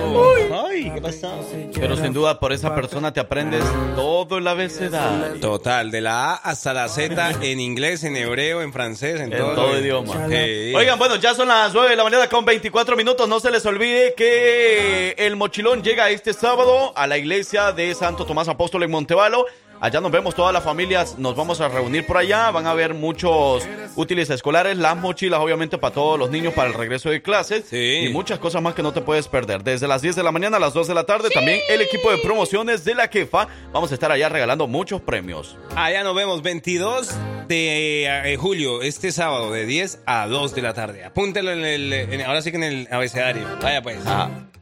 Speaker 4: Ay, ¿qué pasó?
Speaker 2: Pero sin duda por esa persona te aprendes todo el abecedario.
Speaker 4: Total, de la A hasta la Z en inglés, en hebreo, en francés, en,
Speaker 2: En todo idioma.
Speaker 4: Sí.
Speaker 2: Oigan, bueno, ya son las 9 de la mañana con 24 minutos. No se les olvide que el mochilón llega este sábado a la iglesia de Santo Tomás Apóstol en Montevalo. Allá nos vemos todas las familias, nos vamos a reunir por allá. Van a haber muchos útiles escolares, las mochilas, obviamente, para todos los niños para el regreso de clases y muchas cosas más que no te puedes perder. Desde las 10 de la mañana a las 2 de la tarde, también el equipo de promociones de la jefa. Vamos a estar allá regalando muchos premios.
Speaker 4: Allá nos vemos 22 de eh, julio, este sábado, de 10 a 2 de la tarde. Apúntelo en el. en- ahora sí que en el abecedario. Vaya pues.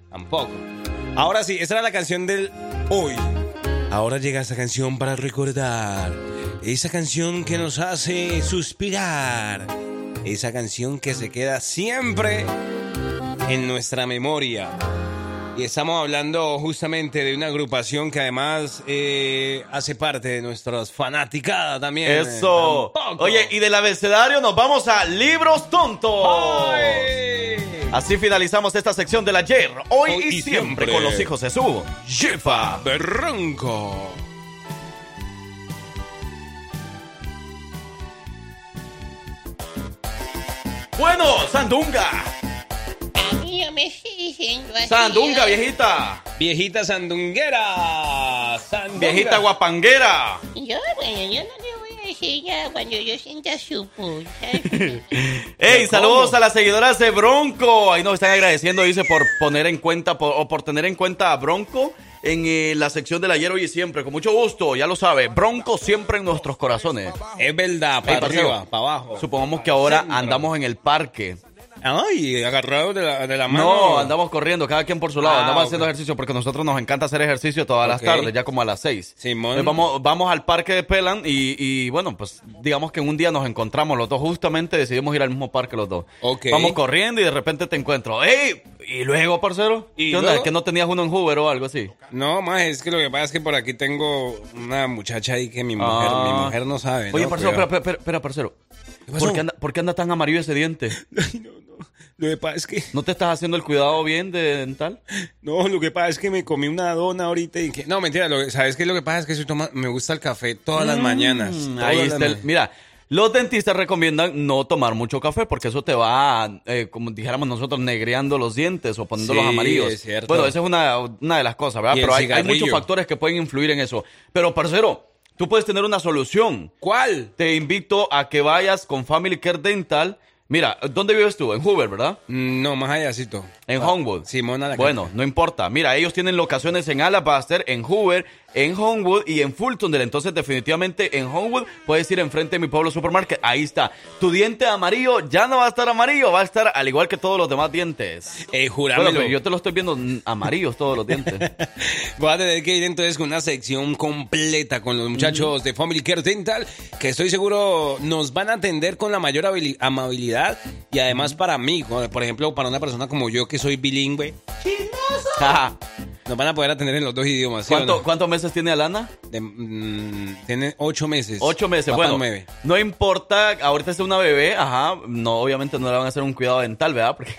Speaker 4: Tampoco. Ahora sí, esta era la canción del hoy. Ahora llega esta canción para recordar. Esa canción que nos hace suspirar. Esa canción que se queda siempre en nuestra memoria. Y estamos hablando justamente de una agrupación que además eh, hace parte de nuestras fanaticadas también.
Speaker 2: Eso. Oye, y del abecedario nos vamos a libros tontos. Así finalizamos esta sección del ayer, hoy, y, siempre, con los hijos de su jefa
Speaker 4: Berranco.
Speaker 2: Bueno, Sandunga.
Speaker 3: A mí no me sigue diciendo así.
Speaker 2: Sandunga, viejita.
Speaker 4: Viejita sandunguera. Sandunga.
Speaker 2: Viejita guapanguera.
Speaker 3: Yo, bueno, yo no le voy a decir nada cuando yo sienta su pulsa.
Speaker 2: Ey, saludos a las seguidoras de Bronco. Ahí nos están agradeciendo, dice, por poner en cuenta por- o por tener en cuenta a Bronco en eh, la sección del ayer, hoy y siempre. Con mucho gusto, ya lo sabe. Bronco siempre en nuestros corazones.
Speaker 4: Es verdad, para
Speaker 2: Ey, parcero,
Speaker 4: arriba, para abajo.
Speaker 2: Supongamos que ahora andamos en el parque.
Speaker 4: Ay, agarrados de la, de la mano.
Speaker 2: No, andamos corriendo, cada quien por su lado.
Speaker 4: Ah,
Speaker 2: andamos
Speaker 4: ok.
Speaker 2: haciendo ejercicio porque a nosotros nos encanta hacer ejercicio todas
Speaker 4: Ok.
Speaker 2: las tardes, ya como a las seis. Entonces Eh, vamos, vamos al parque de Pelan y, y, bueno, pues digamos que un día nos encontramos los dos, justamente decidimos ir al mismo parque los dos.
Speaker 4: Ok.
Speaker 2: Vamos corriendo y de repente te encuentro. ¡Ey! Y luego, parcero, ¿qué onda?
Speaker 4: luego?
Speaker 2: ¿Que no tenías uno en Hoover o algo así?
Speaker 4: No, más es que lo que pasa es que por aquí tengo una muchacha ahí que mi mujer,
Speaker 2: Ah.
Speaker 4: mi mujer no sabe.
Speaker 2: Oye,
Speaker 4: ¿no?
Speaker 2: parcero,
Speaker 4: Cuidado.
Speaker 2: espera, espera, espera, parcero. ¿Por qué, anda, por qué anda tan amarillo ese diente?
Speaker 4: Lo que pasa es que.
Speaker 2: ¿No te estás haciendo el cuidado bien de dental?
Speaker 4: No, lo que pasa es que me comí una dona ahorita y que. No, mentira, lo que- ¿sabes qué? Lo que pasa es que soy toma- me gusta el café todas las
Speaker 2: Mm,
Speaker 4: mañanas. todas
Speaker 2: Ahí
Speaker 4: las
Speaker 2: está el-
Speaker 4: ma-
Speaker 2: mira, los dentistas recomiendan no tomar mucho café porque eso te va, eh, como dijéramos nosotros, negreando los dientes o poniéndolos
Speaker 4: Sí,
Speaker 2: amarillos.
Speaker 4: es cierto.
Speaker 2: Bueno, esa es una, una de las cosas, ¿verdad?
Speaker 4: Y el
Speaker 2: Pero hay, hay
Speaker 4: cigarrillo.
Speaker 2: muchos factores que pueden influir en eso. Pero, parcero, tú puedes tener una solución.
Speaker 4: ¿Cuál?
Speaker 2: Te invito a que vayas con Family Care Dental. Mira, ¿dónde vives tú? En Hoover, ¿verdad?
Speaker 4: Mm, No, más Ah, allácito.
Speaker 2: En Homewood.
Speaker 4: Simona la
Speaker 2: Bueno, no importa. Mira, ellos tienen locaciones en Alabaster, en Hoover, en Homewood y en Fulton. Entonces, definitivamente en Homewood puedes ir enfrente de mi pueblo supermarket. Ahí está. Tu diente amarillo ya no va a estar amarillo, va a estar al igual que todos los demás dientes.
Speaker 4: Eh,
Speaker 2: Bueno,
Speaker 4: jurámelo.
Speaker 2: pero yo te lo estoy viendo mm, amarillos todos los dientes.
Speaker 4: Voy a tener que ir entonces con una sección completa con los muchachos de Family Care Dental, que estoy seguro nos van a atender con la mayor habili- amabilidad y además para mí, como, por ejemplo, para una persona como yo que soy bilingüe, nos van a poder atender en los dos idiomas. ¿sí o
Speaker 2: ¿Cuánto-
Speaker 4: no?
Speaker 2: ¿Cuántos meses tiene Alana?
Speaker 4: De- mm, tiene ocho meses.
Speaker 2: Ocho meses,
Speaker 4: Va para
Speaker 2: bueno.
Speaker 4: nueve.
Speaker 2: No importa, ahorita es una bebé, ajá. No, obviamente no le van a hacer un cuidado dental, ¿verdad? Porque.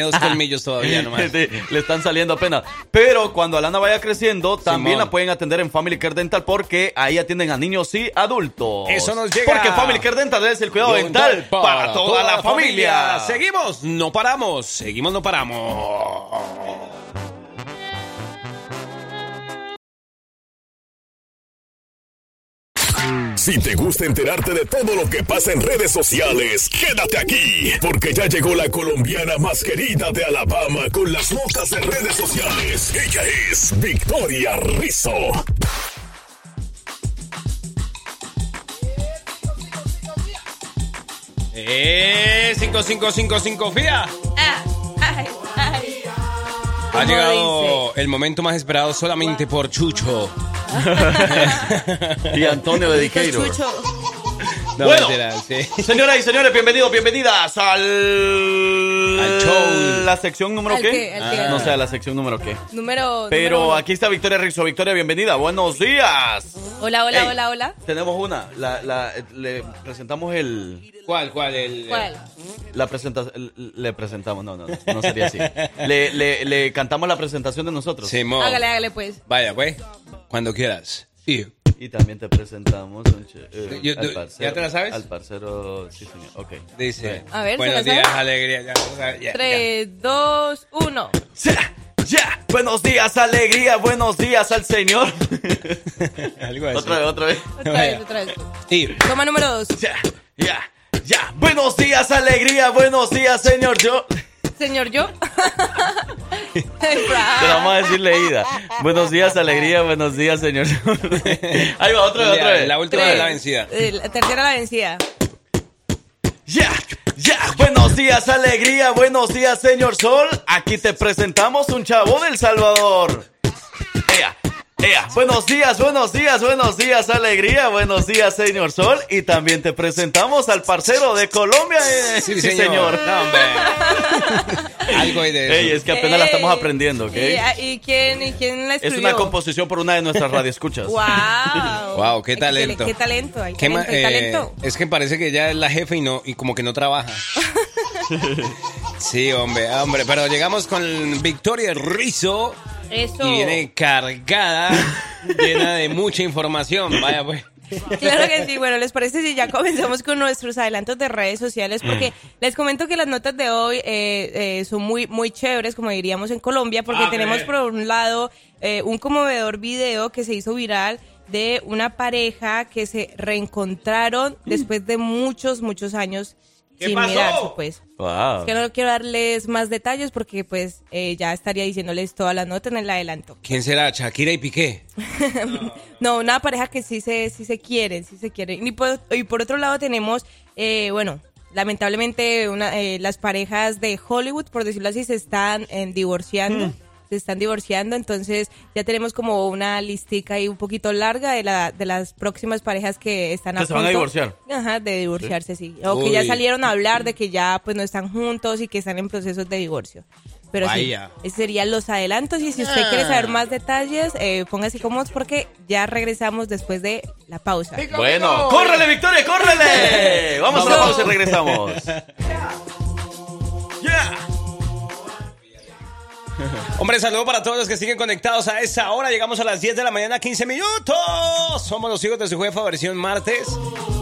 Speaker 4: dos colmillos todavía nomás.
Speaker 2: Sí, le están saliendo apenas. Pero cuando Alana vaya creciendo, también la pueden atender en Family Care Dental porque ahí atienden a niños y adultos.
Speaker 4: Eso nos llega.
Speaker 2: Porque Family Care Dental es el cuidado dental para, toda, la familia.
Speaker 4: Seguimos, no paramos, seguimos, no paramos.
Speaker 1: Si te gusta enterarte de todo lo que pasa en redes sociales, quédate aquí, porque ya llegó la colombiana más querida de Alabama con las notas en redes sociales. Ella es Victoria Rizzo.
Speaker 4: Eh, 5555 FIA.
Speaker 12: ay, ay.
Speaker 4: Ha llegado el momento más esperado solamente por Chucho.
Speaker 2: y Antonio de Decatur.
Speaker 4: No,
Speaker 2: Bueno.
Speaker 4: mentira, sí.
Speaker 2: Señoras y señores, bienvenidos, bienvenidas al... show. ¿La sección número
Speaker 14: ¿Al
Speaker 2: qué?
Speaker 14: qué? ¿Al qué?
Speaker 2: Ah, No sé, a la sección número qué.
Speaker 14: Número. número
Speaker 2: Pero
Speaker 14: uno.
Speaker 2: aquí está Victoria Rizzo. Victoria, bienvenida. Buenos días.
Speaker 14: Hola, hola,
Speaker 2: Ey.
Speaker 14: hola, hola.
Speaker 2: Tenemos una. La, la- eh, le presentamos el.
Speaker 4: ¿Cuál, cuál? El,
Speaker 14: ¿Cuál?
Speaker 2: La presentación. Le presentamos. No, no, no, no sería así. Le, le- le cantamos la presentación de nosotros.
Speaker 14: Hágale, hágale, pues.
Speaker 4: Vaya, güey. Cuando quieras. Sí.
Speaker 2: Y también te presentamos un che- eh,
Speaker 4: Yo-
Speaker 2: al
Speaker 4: yo-
Speaker 2: parcero-
Speaker 4: ¿ya te la sabes?
Speaker 2: Al parcero. Sí, señor. Ok.
Speaker 4: Dice.
Speaker 14: A ver, ¿se
Speaker 4: Buenos
Speaker 14: la sabe?
Speaker 4: días, alegría. ya, ya, ya.
Speaker 14: 3, 2, 1.
Speaker 2: Ya. Buenos días, alegría. Buenos días al señor.
Speaker 4: Algo así.
Speaker 2: Otra vez, otra vez.
Speaker 14: Otra vez, otra vez.
Speaker 4: Sí.
Speaker 14: Toma número 2.
Speaker 2: Ya, ya. Buenos días, alegría. Buenos días, señor. Yo.
Speaker 14: Señor, yo.
Speaker 2: Te la vamos a decir leída. Buenos días, alegría. Buenos días, señor. Ahí va, otra vez, otra vez.
Speaker 4: La última
Speaker 2: Tres.
Speaker 4: de la vencida.
Speaker 14: Eh, la tercera la vencida.
Speaker 2: Ya, ya. Buenos días, alegría. Buenos días, señor Sol. Aquí te presentamos un chavo del Salvador. Ea, ea. Buenos días, buenos días, buenos días, alegría. Buenos días, señor Sol. Y también te presentamos al parcero de Colombia. eh. Sí, señor.
Speaker 4: No, hombre. Algo hay de eso.
Speaker 2: Ey, es que apenas la estamos
Speaker 14: Ey.
Speaker 2: aprendiendo, ¿ok?
Speaker 14: Eh, ¿Y, a- y quién, ¿Y quién la
Speaker 2: Es
Speaker 14: escribió?
Speaker 2: una composición por una de nuestras radioescuchas.
Speaker 14: ¡Wow!
Speaker 4: Wow, qué
Speaker 14: Es que tiene-
Speaker 4: talento.
Speaker 14: ¡Qué talento! hay
Speaker 4: ¿Qué ma-
Speaker 14: talento, hay
Speaker 4: eh,
Speaker 14: talento.
Speaker 4: es que parece que ella es la jefe y no y como que no trabaja. sí, hombre, hombre, pero llegamos con Victoria Rizzo
Speaker 14: Eso.
Speaker 4: y viene cargada, llena de mucha información. Vaya pues.
Speaker 14: Claro que sí. Bueno, ¿les parece si ya comenzamos con nuestros adelantos de redes sociales? Porque
Speaker 15: Mm.
Speaker 14: les comento que las notas de hoy eh, eh, son muy, muy chéveres, como diríamos en Colombia, porque
Speaker 15: A
Speaker 14: tenemos
Speaker 15: ver.
Speaker 14: por un lado eh, un conmovedor video que se hizo viral de una pareja que se reencontraron después de muchos, muchos años
Speaker 15: Mm. ¿Qué
Speaker 14: sin
Speaker 15: pasó? Ah.
Speaker 14: mirarse, pues.
Speaker 2: Wow.
Speaker 14: Es que no quiero darles más detalles porque pues eh, ya estaría diciéndoles toda la nota en el adelanto.
Speaker 4: ¿Quién será? Shakira y Piqué.
Speaker 14: No, una pareja que sí se, sí se quieren, sí se quieren. Y por, y por otro lado tenemos, eh, bueno, lamentablemente una, eh, las parejas de Hollywood, por decirlo así, se están eh, divorciando. Se están divorciando, entonces ya tenemos como una listica ahí un poquito larga de, la, de las próximas parejas que están
Speaker 2: Que se van a
Speaker 14: punto-
Speaker 2: divorciar.
Speaker 14: Ajá, de divorciarse, sí. O que
Speaker 4: Uy.
Speaker 14: ya salieron a hablar de que ya pues no están juntos y que están en procesos de divorcio. Pero
Speaker 4: Vaya.
Speaker 14: sí, esos serían los adelantos y si usted
Speaker 4: Ah.
Speaker 14: quiere saber más detalles, eh, póngase cómodos porque ya regresamos después de la pausa.
Speaker 2: Bueno, córrele, Victoria, córrele. Vamos a la pausa y regresamos.
Speaker 4: Hombre, saludo para todos los que siguen conectados a esa hora. Llegamos a las 10 de la mañana, 15 minutos. Somos los hijos de su jefa, versión martes.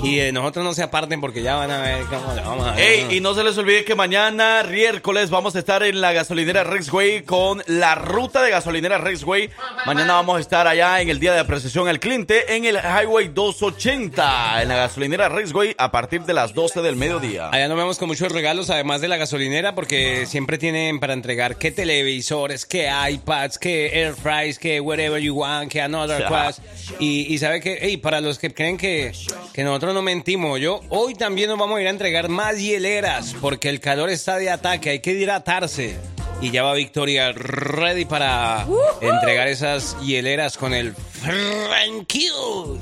Speaker 4: Y de nosotros no se aparten porque ya van a ver cómo la vamos a
Speaker 2: Ey, y no se les olvide que mañana, miércoles, vamos a estar en la gasolinera Rexway con la ruta de gasolinera Rexway. Mañana vamos a estar allá en el día de apreciación al cliente en el Highway 280, en la gasolinera Rexway a partir de las 12 del mediodía.
Speaker 4: Allá nos vemos con muchos regalos, además de la gasolinera, porque siempre tienen para entregar que televisor. televisores, que iPads, que air fries, que whatever you want, que another
Speaker 2: Ya.
Speaker 4: class. Y, y sabe que, hey, para los que creen que, que nosotros no mentimos, yo hoy también nos vamos a ir a entregar más hieleras porque el calor está de ataque, hay que hidratarse. Y ya va Victoria ready para entregar esas hieleras con el Frankie.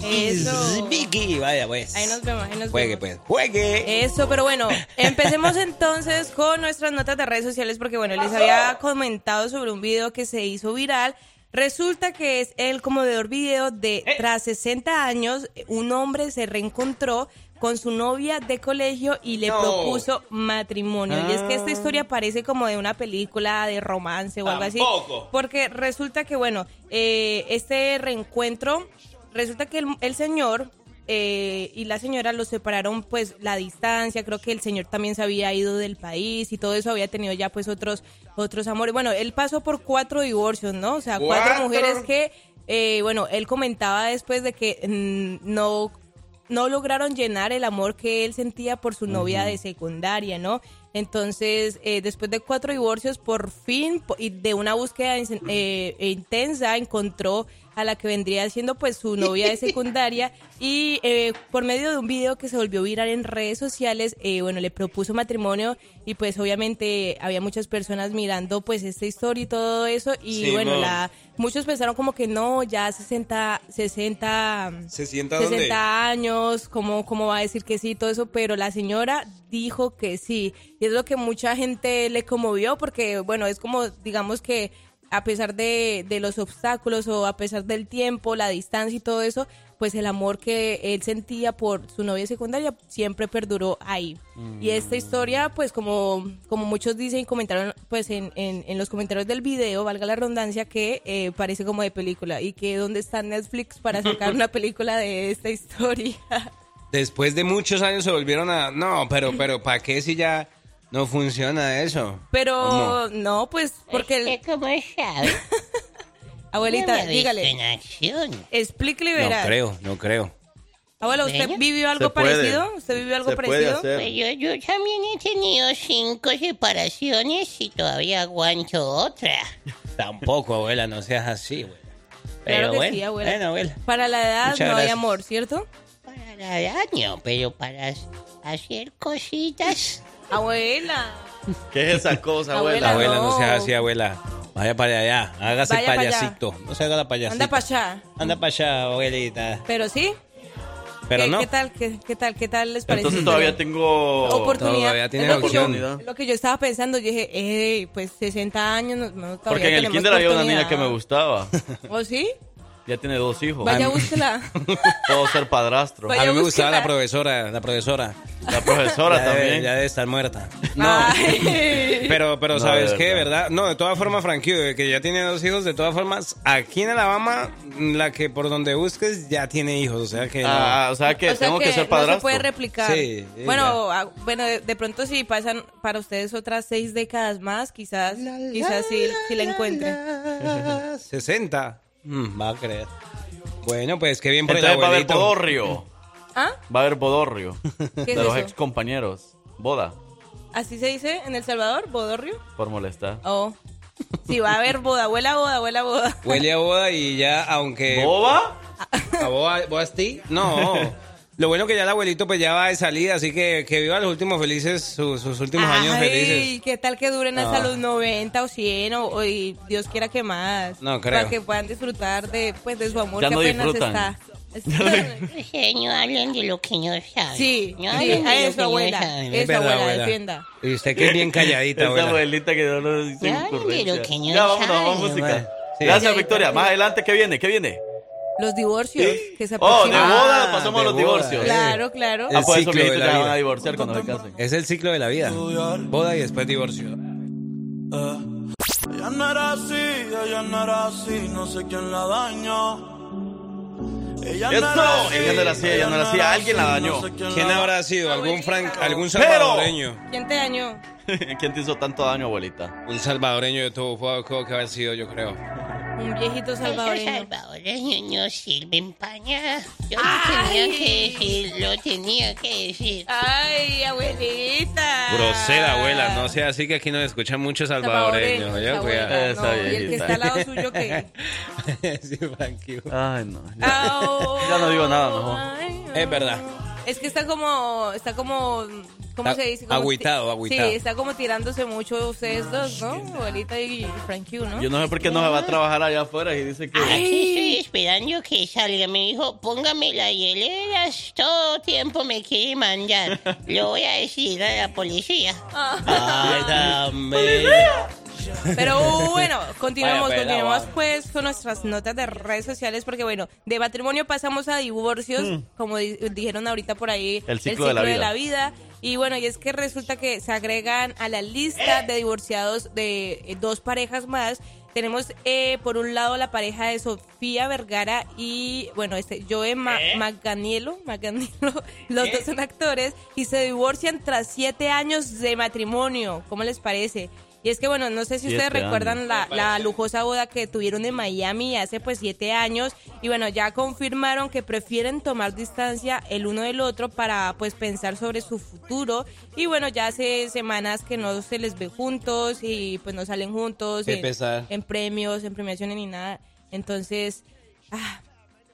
Speaker 14: Eso.
Speaker 4: Vicky, vaya pues.
Speaker 14: Ahí nos vemos, ahí nos
Speaker 4: Juegue
Speaker 14: vemos.
Speaker 4: pues, juegue.
Speaker 14: Eso, pero bueno, empecemos entonces con nuestras notas de redes sociales porque bueno, les había comentado sobre un video que se hizo viral. Resulta que es el conmovedor video de
Speaker 15: Eh.
Speaker 14: tras 60 años un hombre se reencontró con su novia de colegio y le
Speaker 15: No.
Speaker 14: propuso matrimonio. Y es que esta
Speaker 15: Ah.
Speaker 14: historia parece como de una película de romance o algo así.
Speaker 15: Tampoco.
Speaker 14: Porque resulta que, bueno, eh, este reencuentro, resulta que el, el señor eh, y la señora los separaron, pues, la distancia. Creo que el señor también se había ido del país y todo eso había tenido ya, pues, otros, otros amores. Bueno, él pasó por cuatro divorcios, ¿no? O sea, cuatro,
Speaker 15: ¿Cuatro?
Speaker 14: mujeres que, eh, bueno, él comentaba después de que mm, no no lograron llenar el amor que él sentía por su novia de secundaria, ¿no? Entonces, eh, después de cuatro divorcios, por fin, po- y de una búsqueda in- eh, intensa, encontró a la que vendría siendo pues su novia de secundaria y eh, por medio de un video que se volvió viral en redes sociales, eh, bueno, le propuso matrimonio y pues obviamente había muchas personas mirando pues esta historia y todo eso y
Speaker 4: Sí,
Speaker 14: bueno,
Speaker 4: mo.
Speaker 14: la, muchos pensaron como que no, ya 60, 60
Speaker 4: ¿Se sienta
Speaker 14: 60 años, ¿cómo, cómo va a decir que sí, todo eso, pero la señora dijo que sí. Y es lo que mucha gente le conmovió porque, bueno, es como, digamos que a pesar de, de los obstáculos o a pesar del tiempo, la distancia y todo eso, pues el amor que él sentía por su novia secundaria siempre perduró ahí. Y esta historia, pues como, como muchos dicen y comentaron pues en, en- en los comentarios del video, valga la redundancia, que eh, parece como de película y que dónde está Netflix para sacar una película de esta historia.
Speaker 4: Después de muchos años se volvieron a. No, pero, pero, ¿para qué si ya no funciona eso?
Speaker 14: Pero
Speaker 4: ¿Cómo?
Speaker 14: no, pues porque...
Speaker 3: Es que como sabe.
Speaker 14: Abuelita,
Speaker 3: No me ha visto
Speaker 14: dígale.
Speaker 3: en acción.
Speaker 14: Explíquele,
Speaker 4: No
Speaker 14: verás.
Speaker 4: creo, no creo.
Speaker 14: Abuela, ¿usted
Speaker 3: ¿Ven?
Speaker 14: vivió algo
Speaker 4: Se puede.
Speaker 14: parecido? ¿Usted vivió algo
Speaker 4: Se puede
Speaker 14: parecido?
Speaker 4: hacer.
Speaker 3: Pues yo, yo también he tenido cinco separaciones y todavía aguanto otra.
Speaker 4: Tampoco, abuela, no seas así, abuela. Pero
Speaker 14: Claro que
Speaker 4: bueno,
Speaker 14: sí, abuela.
Speaker 4: bueno, abuela.
Speaker 14: Para la edad
Speaker 4: Muchas
Speaker 14: no hay
Speaker 4: gracias.
Speaker 14: amor, ¿cierto?
Speaker 3: Para la edad no, pero para hacer cositas.
Speaker 14: Abuela.
Speaker 2: ¿Qué es esa cosa, abuela?
Speaker 4: abuela, no.
Speaker 14: no.
Speaker 4: seas así, abuela. Vaya para allá, hágase
Speaker 14: Vaya para allá.
Speaker 4: payasito. No se haga la payasita.
Speaker 14: Anda para allá.
Speaker 4: Anda para allá, abuelita.
Speaker 14: Pero sí.
Speaker 4: Pero
Speaker 14: ¿Qué,
Speaker 4: no.
Speaker 14: qué tal? ¿Qué, qué tal? ¿Qué tal les parece?
Speaker 2: Entonces todavía tengo
Speaker 14: Oportunidad.
Speaker 4: Todavía tiene
Speaker 14: Es lo que yo-
Speaker 4: opción.
Speaker 14: Lo que yo estaba pensando, yo dije, "Ey, pues 60 años, no, no, todavía
Speaker 2: Porque en el
Speaker 14: tenemos
Speaker 2: kinder había una
Speaker 14: oportunidad".
Speaker 2: niña que me gustaba.
Speaker 14: ¿Oh, sí?
Speaker 2: Ya tiene dos hijos.
Speaker 14: Vaya, búsquela.
Speaker 2: Puedo ser padrastro.
Speaker 14: Vaya,
Speaker 4: a mí me gustaba
Speaker 14: búsquela.
Speaker 4: la profesora, la profesora.
Speaker 2: La profesora
Speaker 4: Ya debe-
Speaker 2: también.
Speaker 4: ya debe estar muerta.
Speaker 14: Ay.
Speaker 4: Pero, pero
Speaker 2: No,
Speaker 4: ¿sabes
Speaker 2: de
Speaker 4: qué? ¿Verdad? No, de todas formas, Frankie, de que ya tiene dos hijos, de todas formas, aquí en Alabama, la que por donde busques ya tiene hijos, o sea que... no.
Speaker 2: Ah, o sea que
Speaker 14: O sea
Speaker 2: tengo que, ser
Speaker 14: no
Speaker 2: padrastro.
Speaker 14: se puede replicar.
Speaker 4: Sí, sí,
Speaker 14: bueno, ah, bueno, de, de pronto si pasan para ustedes otras seis décadas más, quizás, quizás sí, sí la encuentren.
Speaker 4: 60. Mm, va a creer. Bueno, pues qué bien por
Speaker 2: Entonces
Speaker 4: el
Speaker 2: va a haber
Speaker 4: abuelito.
Speaker 2: bodorrio.
Speaker 14: ¿Ah?
Speaker 2: Va a haber bodorrio.
Speaker 14: ¿Qué
Speaker 2: De
Speaker 14: es
Speaker 2: los
Speaker 14: eso?
Speaker 2: ex compañeros. Boda,
Speaker 14: ¿Así se dice en El Salvador? ¿Bodorrio?
Speaker 2: por molestar.
Speaker 14: Oh. Sí, va a haber boda, abuela, boda, abuela, boda.
Speaker 4: Huele a boda y ya, aunque...
Speaker 2: ¿Boba?
Speaker 4: ¿A boba, boba ti? No. Lo bueno que ya el abuelito pues ya va de salida, así que que viva los últimos felices, sus, sus últimos años felices.
Speaker 14: Ay, ¿qué tal que duren hasta
Speaker 4: Ah.
Speaker 14: los 90 o 100 o, o- y Dios quiera que más?
Speaker 4: No creo.
Speaker 14: Para que puedan disfrutar de, pues, de su amor
Speaker 4: Ya
Speaker 14: que
Speaker 4: no
Speaker 14: apenas
Speaker 4: disfrutan.
Speaker 14: está.
Speaker 3: Ustedes no hablen de lo que no saben.
Speaker 14: Sí,
Speaker 3: no
Speaker 14: sí,
Speaker 3: hablen de
Speaker 14: a
Speaker 3: lo
Speaker 14: eso,
Speaker 3: que no
Speaker 14: abuela,
Speaker 3: saben.
Speaker 14: eso,
Speaker 4: verdad,
Speaker 14: abuela,
Speaker 4: abuela.
Speaker 14: defienda.
Speaker 4: Y usted que es bien calladita,
Speaker 2: Esa
Speaker 4: abuela.
Speaker 2: abuelita que no nos dice
Speaker 14: Ay,
Speaker 2: ocurrencia.
Speaker 14: pero que no
Speaker 2: Ya, vámonos,
Speaker 14: sabe.
Speaker 2: vamos a música.
Speaker 4: Sí.
Speaker 2: Gracias, Victoria. Más adelante, ¿qué viene? ¿Qué viene?
Speaker 14: Eh, Los divorcios que se
Speaker 2: Oh, de
Speaker 14: aproximan.
Speaker 2: boda
Speaker 3: Ah,
Speaker 2: pasamos a los
Speaker 4: de boda,
Speaker 2: divorcios.
Speaker 14: Claro, claro.
Speaker 2: Ah, pues esos
Speaker 4: ciclo de
Speaker 2: viejitos
Speaker 4: la
Speaker 2: ya
Speaker 4: vida.
Speaker 2: van a divorciar cuando se casen.
Speaker 4: Es el ciclo de la vida. Boda y después divorcio.
Speaker 15: Ella no era así, ella no era así, no sé quién la dañó. Ella
Speaker 2: Eso, ella no era así, ella no era así, alguien la dañó.
Speaker 4: ¿Quién habrá sido? ¿Algún franc, algún
Speaker 2: Pero-
Speaker 4: salvadoreño?
Speaker 14: ¿Quién te dañó?
Speaker 2: ¿Quién te hizo tanto daño, abuelita?
Speaker 4: Un salvadoreño de todo fuego que haber sido, yo creo.
Speaker 14: Un viejito salvadoreño.
Speaker 3: Esos salvadoreños no sirven para nada. Yo lo tenía que decir, lo tenía que decir.
Speaker 14: Ay, abuelita.
Speaker 4: Grosera, abuela. No sea así que aquí nos escuchan muchos salvadoreños.
Speaker 14: Salvadoreños,
Speaker 4: Yo, cuidado.
Speaker 2: Eh,
Speaker 14: abuela, no, y el que está al lado suyo, ¿qué?
Speaker 4: sí, Frankie.
Speaker 2: Ay, no.
Speaker 14: Ah, oh,
Speaker 2: Ya no digo nada, mejor.
Speaker 14: ay, no.
Speaker 4: Es verdad.
Speaker 14: Es que está como, está como, ¿cómo
Speaker 4: Está
Speaker 14: se dice? Como
Speaker 4: agüitado,
Speaker 14: ti-
Speaker 4: agüitado.
Speaker 14: Sí, está como tirándose mucho ustedes dos, ¿no? Abuelita y Frankie, ¿no?
Speaker 2: Yo no sé por qué no se va a trabajar allá afuera y dice que.
Speaker 3: Aquí estoy esperando que salga. Me dijo, póngame la hielera, todo tiempo me quiere mandar. Lo voy a decir a la policía.
Speaker 14: Ah.
Speaker 4: Ay, dame.
Speaker 14: Pero uh, bueno, continuemos,
Speaker 4: Vaya, pues,
Speaker 14: continuemos
Speaker 4: vamos.
Speaker 14: pues con nuestras notas de redes sociales porque bueno, de matrimonio pasamos a divorcios, como di- dijeron ahorita por ahí,
Speaker 2: Hmm. El ciclo de la vida.
Speaker 14: vida. Y bueno, y es que resulta que se agregan a la lista de divorciados de eh, dos parejas más. Tenemos eh, por un lado la pareja de Sofía Vergara y bueno, este Joe Ma-
Speaker 2: ¿Eh?
Speaker 14: Manganiello, Manganiello, los dos son actores y se divorcian tras siete años de matrimonio. ¿Cómo les parece? Y es que bueno, no sé si ustedes
Speaker 16: Siete
Speaker 14: recuerdan
Speaker 16: años.
Speaker 14: la, la lujosa boda que tuvieron en Miami hace pues siete años y bueno, ya confirmaron que prefieren tomar distancia el uno del otro para pues pensar sobre su futuro y bueno, ya hace semanas que no se les ve juntos y pues no salen juntos
Speaker 4: Qué
Speaker 14: en,
Speaker 4: pesar.
Speaker 14: en premios, en premiaciones ni nada. Entonces, ah,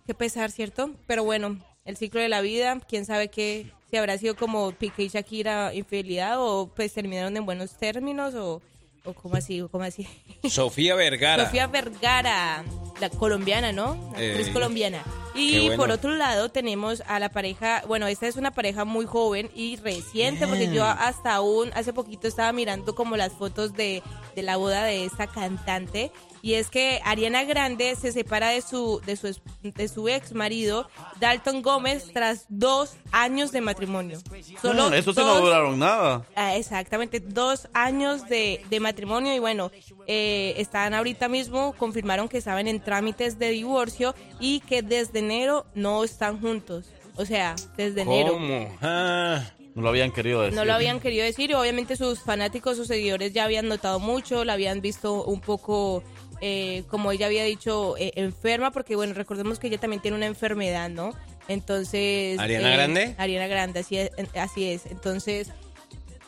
Speaker 14: qué pesar, ¿cierto? Pero bueno, el ciclo de la vida, quién sabe qué, si habrá sido como Piqué y Shakira infidelidad o pues terminaron en buenos términos o, o cómo así, o cómo así.
Speaker 4: Sofía Vergara.
Speaker 14: Sofía Vergara, la colombiana, ¿no? La actriz
Speaker 4: Eh,
Speaker 14: colombiana.
Speaker 4: qué
Speaker 14: Y
Speaker 4: bueno.
Speaker 14: por otro lado tenemos a la pareja, bueno, esta es una pareja muy joven y reciente, porque yo hasta aún hace poquito estaba mirando como las fotos de, de la boda de esta cantante. Y es que Ariana Grande se separa de su, de su, es- de su ex marido, Dalton Gómez, tras dos años de matrimonio. Solo
Speaker 2: Mm, eso sí no
Speaker 14: dos
Speaker 2: duraron nada.
Speaker 14: Ah, exactamente, dos años de, de matrimonio y bueno, eh, están ahorita mismo, confirmaron que estaban en trámites de divorcio y que desde enero no están juntos. O sea, desde enero.
Speaker 4: ¿Cómo? Ah.
Speaker 2: No lo habían querido decir.
Speaker 14: No lo habían querido decir y obviamente sus fanáticos, sus seguidores ya habían notado mucho, la habían visto un poco, eh, como ella había dicho, eh, enferma, porque bueno, recordemos que ella también tiene una enfermedad, ¿no? Entonces... eh,
Speaker 4: ¿Ariana Grande?
Speaker 14: Ariana Grande, así es. en- Así es. Entonces,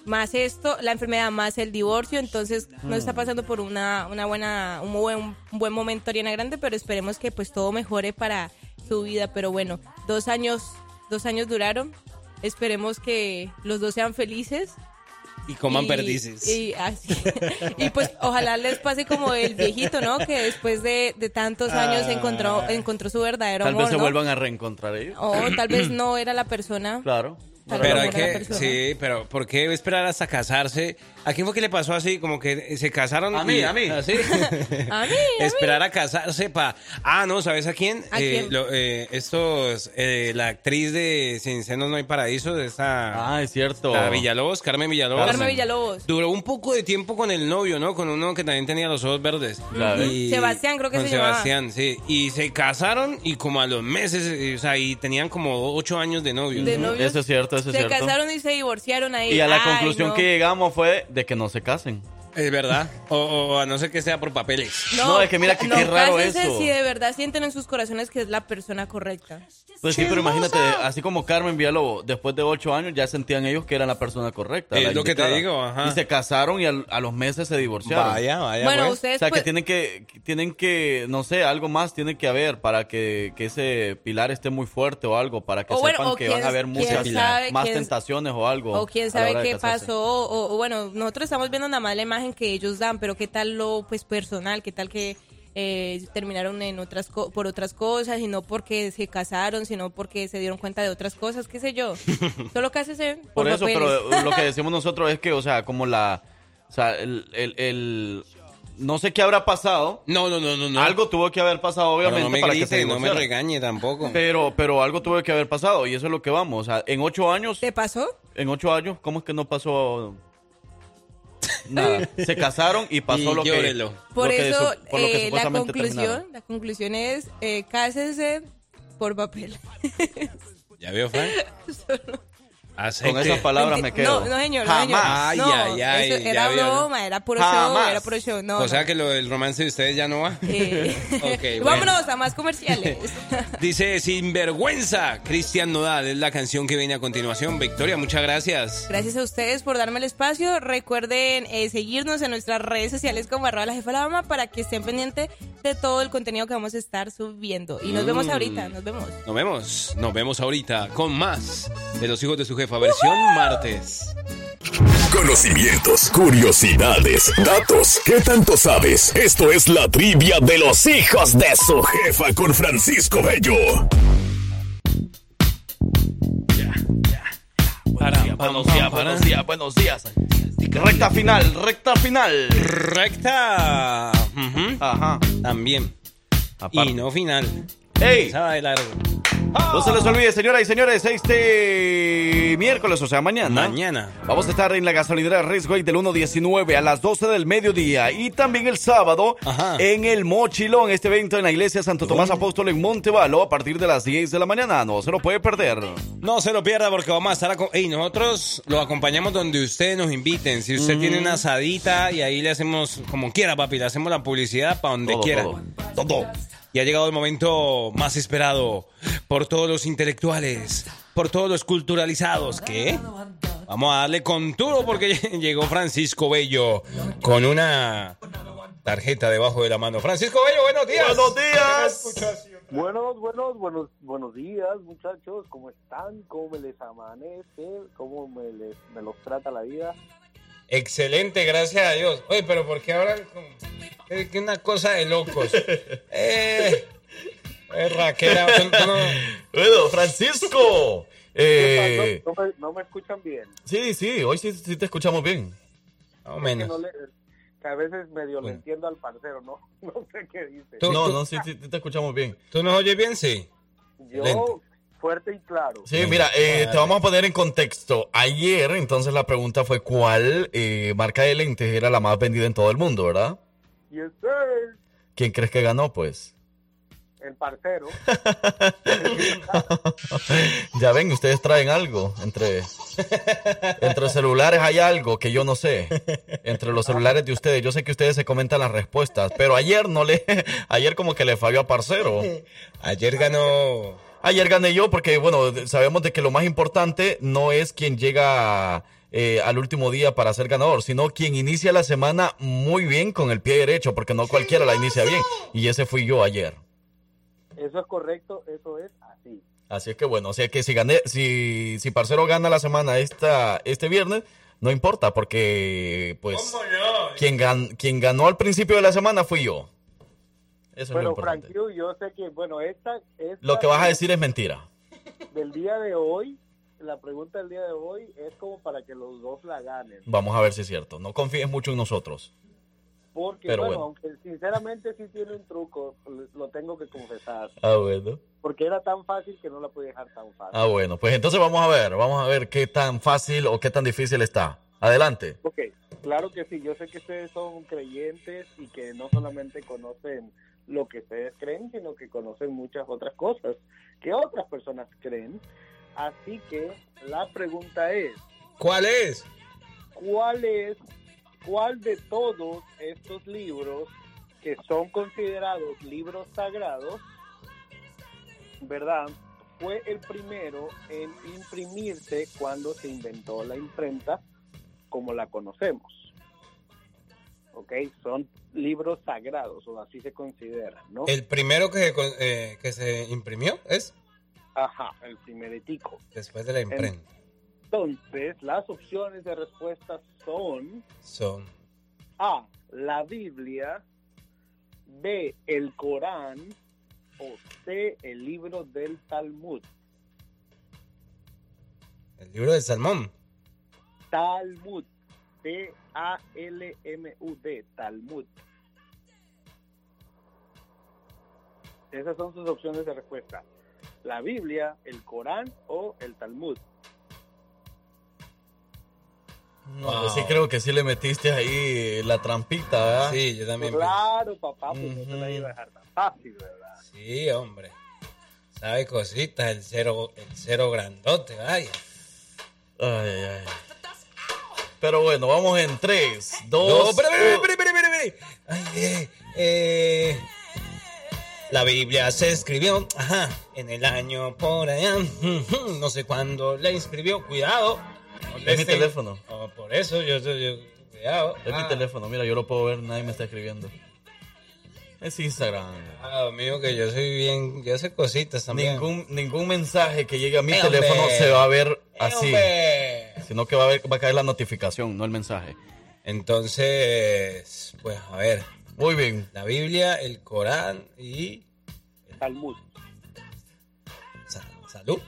Speaker 14: más esto, la enfermedad, más el divorcio, entonces no
Speaker 2: Mm.
Speaker 14: está pasando por una, una buena, un buen, un buen momento Ariana Grande, pero esperemos que pues todo mejore para su vida, pero bueno, dos años, dos años duraron, esperemos que los dos sean felices.
Speaker 4: Y coman
Speaker 14: y-
Speaker 4: perdices.
Speaker 14: Y, así- y, pues ojalá les pase como el viejito, ¿no? Que después de, de tantos años
Speaker 2: Ah.
Speaker 14: encontró, encontró su verdadero
Speaker 2: Tal
Speaker 14: amor,
Speaker 2: vez se
Speaker 14: ¿no?
Speaker 2: vuelvan a reencontrar ellos.
Speaker 14: O tal vez no era la persona.
Speaker 2: Claro.
Speaker 14: Tal
Speaker 4: Pero
Speaker 14: vez
Speaker 4: hay
Speaker 14: no era la
Speaker 4: que,
Speaker 14: persona.
Speaker 4: sí, pero ¿por qué esperar hasta casarse? ¿A quién fue que le pasó así? Como que se casaron.
Speaker 2: A mí,
Speaker 4: y-
Speaker 2: a mí.
Speaker 4: ¿Ah, sí?
Speaker 14: A mí,
Speaker 4: esperar a casarse para. Ah, no, ¿sabes a quién?
Speaker 14: ¿A
Speaker 4: Eh,
Speaker 14: quién?
Speaker 4: lo- eh, estos, eh, la actriz de Sin Senos No hay Paraíso, de esa.
Speaker 2: Ah, es cierto.
Speaker 4: La Villalobos, Carmen Villalobos.
Speaker 14: Carmen Villalobos.
Speaker 4: Duró un poco de tiempo con el novio, ¿no? Con uno que también tenía los ojos verdes.
Speaker 2: Claro.
Speaker 4: Y-
Speaker 14: Sebastián, creo que
Speaker 4: con
Speaker 14: se llamaba.
Speaker 4: Sebastián, sí. Y se casaron y como a los meses, eh, o sea, y tenían como ocho años de novios.
Speaker 14: De novios.
Speaker 2: Eso es cierto, eso es
Speaker 14: Se
Speaker 2: cierto.
Speaker 14: casaron y se divorciaron ahí.
Speaker 2: Y a la
Speaker 14: Ay,
Speaker 2: conclusión
Speaker 14: no.
Speaker 2: que llegamos fue de que no se casen.
Speaker 4: Es verdad. O, o a no ser que sea por papeles.
Speaker 2: No, es que mira que
Speaker 14: no,
Speaker 2: qué raro
Speaker 14: cásense
Speaker 2: eso.
Speaker 14: si de verdad sienten en sus corazones que es la persona correcta.
Speaker 2: Pues sí, pero imagínate, así como Carmen Villalobos, después de ocho años ya sentían ellos que era la persona correcta.
Speaker 4: Es
Speaker 2: la
Speaker 4: lo que te
Speaker 2: indicada.
Speaker 4: digo, ajá.
Speaker 2: Y se casaron y al- a los meses se divorciaron.
Speaker 4: Vaya, vaya,
Speaker 14: Bueno, pues. ustedes
Speaker 2: O sea, que
Speaker 14: pues-
Speaker 2: tienen que, que tienen que, no sé, algo más tiene que haber para que, que ese pilar esté muy fuerte o algo, para que
Speaker 14: O bueno,
Speaker 2: sepan
Speaker 14: o
Speaker 2: que
Speaker 14: quién-
Speaker 2: van a haber
Speaker 14: quién
Speaker 2: muchas
Speaker 14: sabe,
Speaker 2: más
Speaker 14: quién-
Speaker 2: tentaciones o algo.
Speaker 14: O quién
Speaker 2: a la hora
Speaker 14: sabe
Speaker 2: de
Speaker 14: qué
Speaker 2: casarse.
Speaker 14: pasó. O, o, bueno, nosotros estamos viendo nada más la imagen que ellos dan, pero qué tal lo pues personal, qué tal que eh, terminaron en otras co- por otras cosas y no porque se casaron, sino porque se dieron cuenta de otras cosas, qué sé yo. Solo cásense
Speaker 2: Por, eso,
Speaker 14: papeles.
Speaker 2: pero lo que decimos nosotros es que, o sea, como la. O sea, el. el- el- no sé qué habrá pasado.
Speaker 4: No, no, no, no. no.
Speaker 2: Algo tuvo que haber pasado,
Speaker 4: Pero
Speaker 2: obviamente,
Speaker 4: no me
Speaker 2: para que
Speaker 4: grite,
Speaker 2: se
Speaker 4: no me
Speaker 2: divorciaran.
Speaker 4: regañe tampoco.
Speaker 2: Pero, pero algo tuvo que haber pasado y eso es lo que vamos. O sea, en ocho años.
Speaker 14: ¿Te pasó?
Speaker 2: En ocho años, ¿cómo es que no pasó nada? Se casaron y pasó
Speaker 4: Y
Speaker 2: lo que.
Speaker 4: llórelo.
Speaker 14: Por
Speaker 2: lo que
Speaker 14: eso,
Speaker 2: su- por lo que
Speaker 14: eh, la
Speaker 2: supuestamente
Speaker 14: conclusión,
Speaker 2: terminaron.
Speaker 14: la conclusión es eh, cásense por papel.
Speaker 2: ¿Eh?
Speaker 4: ¿Ya veo, Frank?
Speaker 2: Aceite.
Speaker 4: Con esas palabras me quedo.
Speaker 14: No, no, señor.
Speaker 4: Jamás.
Speaker 14: No, señor.
Speaker 4: Ay,
Speaker 14: No,
Speaker 4: ay, ay,
Speaker 14: eso
Speaker 4: ya
Speaker 14: era
Speaker 4: veo.
Speaker 14: broma, era puro show,
Speaker 4: Jamás.
Speaker 14: era puro show. No,
Speaker 4: o sea
Speaker 14: no.
Speaker 4: que lo del romance de ustedes ya no va.
Speaker 14: Eh.
Speaker 4: Ok, bueno.
Speaker 14: Vámonos a más comerciales.
Speaker 4: Dice Sinvergüenza, Cristian Nodal, es la canción que viene a continuación. Victoria, muchas gracias.
Speaker 14: Gracias a ustedes por darme el espacio. Recuerden eh, seguirnos en nuestras redes sociales como arroba la jefa la Dama para que estén pendientes de todo el contenido que vamos a estar subiendo. Y nos vemos
Speaker 4: Mm.
Speaker 14: ahorita, nos vemos.
Speaker 4: Nos vemos, nos vemos ahorita con más de Los Hijos de su Jefa, versión martes.
Speaker 1: Conocimientos, curiosidades, datos. ¿Qué tanto sabes? Esto es la trivia de los hijos de su jefa con Francisco Bello.
Speaker 2: Para, buenos días, buenos días, buenos días. Recta final, recta final.
Speaker 4: Recta. Ajá. También. Y no final.
Speaker 2: ¡Ey!
Speaker 4: Esa va de largo.
Speaker 2: No se les olvide, señoras y señores, este miércoles, o sea, mañana.
Speaker 4: Mañana.
Speaker 2: Vamos a estar en la gasolinera Raceway del 1.19 a las 12 del mediodía y también el sábado en el Mochilón, este evento en la iglesia Santo
Speaker 4: Oh.
Speaker 2: Tomás Apóstol en Montevalo a partir de las 10 de la mañana. No se lo puede perder.
Speaker 4: No se lo pierda porque vamos a estar... aco- Y nosotros lo acompañamos donde ustedes nos inviten. Si usted
Speaker 2: Ujú.
Speaker 4: tiene una asadita y ahí le hacemos como quiera, papi, le hacemos la publicidad para donde
Speaker 2: Todo,
Speaker 4: quiera.
Speaker 2: todo.
Speaker 4: Y ha llegado el momento más esperado por todos los intelectuales, por todos los culturalizados. ¿Qué? Vamos a darle con todo porque llegó Francisco Bello con una tarjeta debajo de la mano. Francisco Bello, buenos días.
Speaker 16: Buenos días. Buenos, buenos, buenos, buenos días, muchachos. ¿Cómo están? ¿Cómo me les amanece? ¿Cómo me, les, me los trata la vida?
Speaker 4: Excelente, gracias a Dios. Oye, pero ¿por qué ahora es que una cosa de locos? Eh, eh, Raquel, son- son-
Speaker 16: Bueno, Francisco.
Speaker 4: eh,
Speaker 16: No, me, no me escuchan bien.
Speaker 4: Sí, sí, hoy sí, te escuchamos bien. Más o
Speaker 16: Es que
Speaker 4: menos.
Speaker 16: no le- que a veces medio le entiendo al parcero, ¿no? No sé qué dice.
Speaker 4: Tú- tú-
Speaker 16: te escuchamos bien.
Speaker 4: ¿Tú nos oyes bien? Sí.
Speaker 16: Yo,
Speaker 4: Lento.
Speaker 16: fuerte y claro.
Speaker 17: Sí, mira, eh, te vamos a poner en contexto. Ayer, entonces, la pregunta fue cuál eh, marca de lentes era la más vendida en todo el mundo, ¿verdad?
Speaker 16: Yes, sir.
Speaker 17: ¿Quién crees que ganó, pues?
Speaker 16: El parcero.
Speaker 17: ya ven, ustedes traen algo. Entre, entre celulares hay algo que yo no sé. Entre los celulares de ustedes. Yo sé que ustedes se comentan las respuestas, pero ayer no le... Ayer como que le falló a Parcero.
Speaker 4: Ayer ganó...
Speaker 17: Ayer gané yo porque, bueno, sabemos de que lo más importante no es quien llega eh, al último día para ser ganador, sino quien inicia la semana muy bien con el pie derecho, porque no cualquiera la inicia bien. Y ese fui yo ayer.
Speaker 16: Eso es correcto, eso es así.
Speaker 17: Así es que bueno, o sea que si gané, si, si Parcero gana la semana esta, este viernes, no importa, porque pues quien, gan- quien ganó al principio de la semana fui yo. Eso es lo
Speaker 16: bueno,
Speaker 17: importante.
Speaker 16: Frankie, yo sé que, bueno, esta, esta
Speaker 17: Lo que vas a decir es mentira.
Speaker 16: del día de hoy, la pregunta del día de hoy es como para que los dos la ganen.
Speaker 17: Vamos a ver si es cierto. No confíes mucho en nosotros.
Speaker 16: Porque,
Speaker 17: Pero
Speaker 16: bueno,
Speaker 17: bueno.
Speaker 16: aunque sinceramente sí tiene un truco, lo tengo que confesar.
Speaker 17: Ah, bueno.
Speaker 16: Porque era tan fácil que no la pude dejar tan fácil.
Speaker 17: Ah, bueno, pues entonces vamos a ver, vamos a ver qué tan fácil o qué tan difícil está. Adelante.
Speaker 16: Ok, claro que sí, yo sé que ustedes son creyentes y que no solamente conocen lo que ustedes creen, sino que conocen muchas otras cosas que otras personas creen. Así que la pregunta es,
Speaker 4: ¿Cuál es?
Speaker 16: ¿cuál es, cuál de todos estos libros que son considerados libros sagrados, verdad, fue el primero en imprimirse cuando se inventó la imprenta como la conocemos? ¿Ok? Son libros sagrados, o así se consideran, ¿no?
Speaker 4: El primero que, se con- eh, que se imprimió es
Speaker 16: Ajá, el primeritico.
Speaker 4: después de la imprenta.
Speaker 16: Entonces, las opciones de respuesta son...
Speaker 4: Son...
Speaker 16: A. La Biblia. B. El Corán. O C. El libro del Talmud.
Speaker 4: El libro del salmón.
Speaker 16: Talmud. T-A-L-M-U-D. Talmud. Esas son sus opciones de respuesta. La Biblia, el Corán o el Talmud.
Speaker 17: No, pues sí creo que sí le metiste ahí la trampita, ¿verdad?
Speaker 4: Sí, yo también.
Speaker 16: Claro, papá, pues no te la iba a dejar tan fácil, ¿verdad?
Speaker 4: Sí, hombre. Sabe cositas, el cero, el cero grandote, vaya.
Speaker 2: Ay, ay. Pero bueno, vamos en 3, 2,
Speaker 4: No, espera, espera, espera, espera, espera, espera. Ay, eh, eh. La Biblia se escribió, ajá, en el año por allá, ujú, no sé cuándo la escribió, cuidado.
Speaker 2: Es mi teléfono.
Speaker 4: Oh, por eso yo, yo, yo- cuidado.
Speaker 2: Es mi
Speaker 4: Ah,
Speaker 2: teléfono, mira, yo lo puedo ver, nadie me está escribiendo. Es Instagram.
Speaker 4: ah, amigo, que yo soy bien, yo sé cositas también.
Speaker 2: Ningún, ningún mensaje que llegue a mi
Speaker 4: Eh,
Speaker 2: teléfono
Speaker 4: hombre.
Speaker 2: se va a ver
Speaker 4: Eh,
Speaker 2: así.
Speaker 4: hombre.
Speaker 2: Sino que va a, ver- va a caer la notificación, no el mensaje.
Speaker 4: Entonces, pues a ver.
Speaker 2: Muy bien.
Speaker 4: La Biblia, el Corán y
Speaker 16: Talmud.
Speaker 4: sa- salud.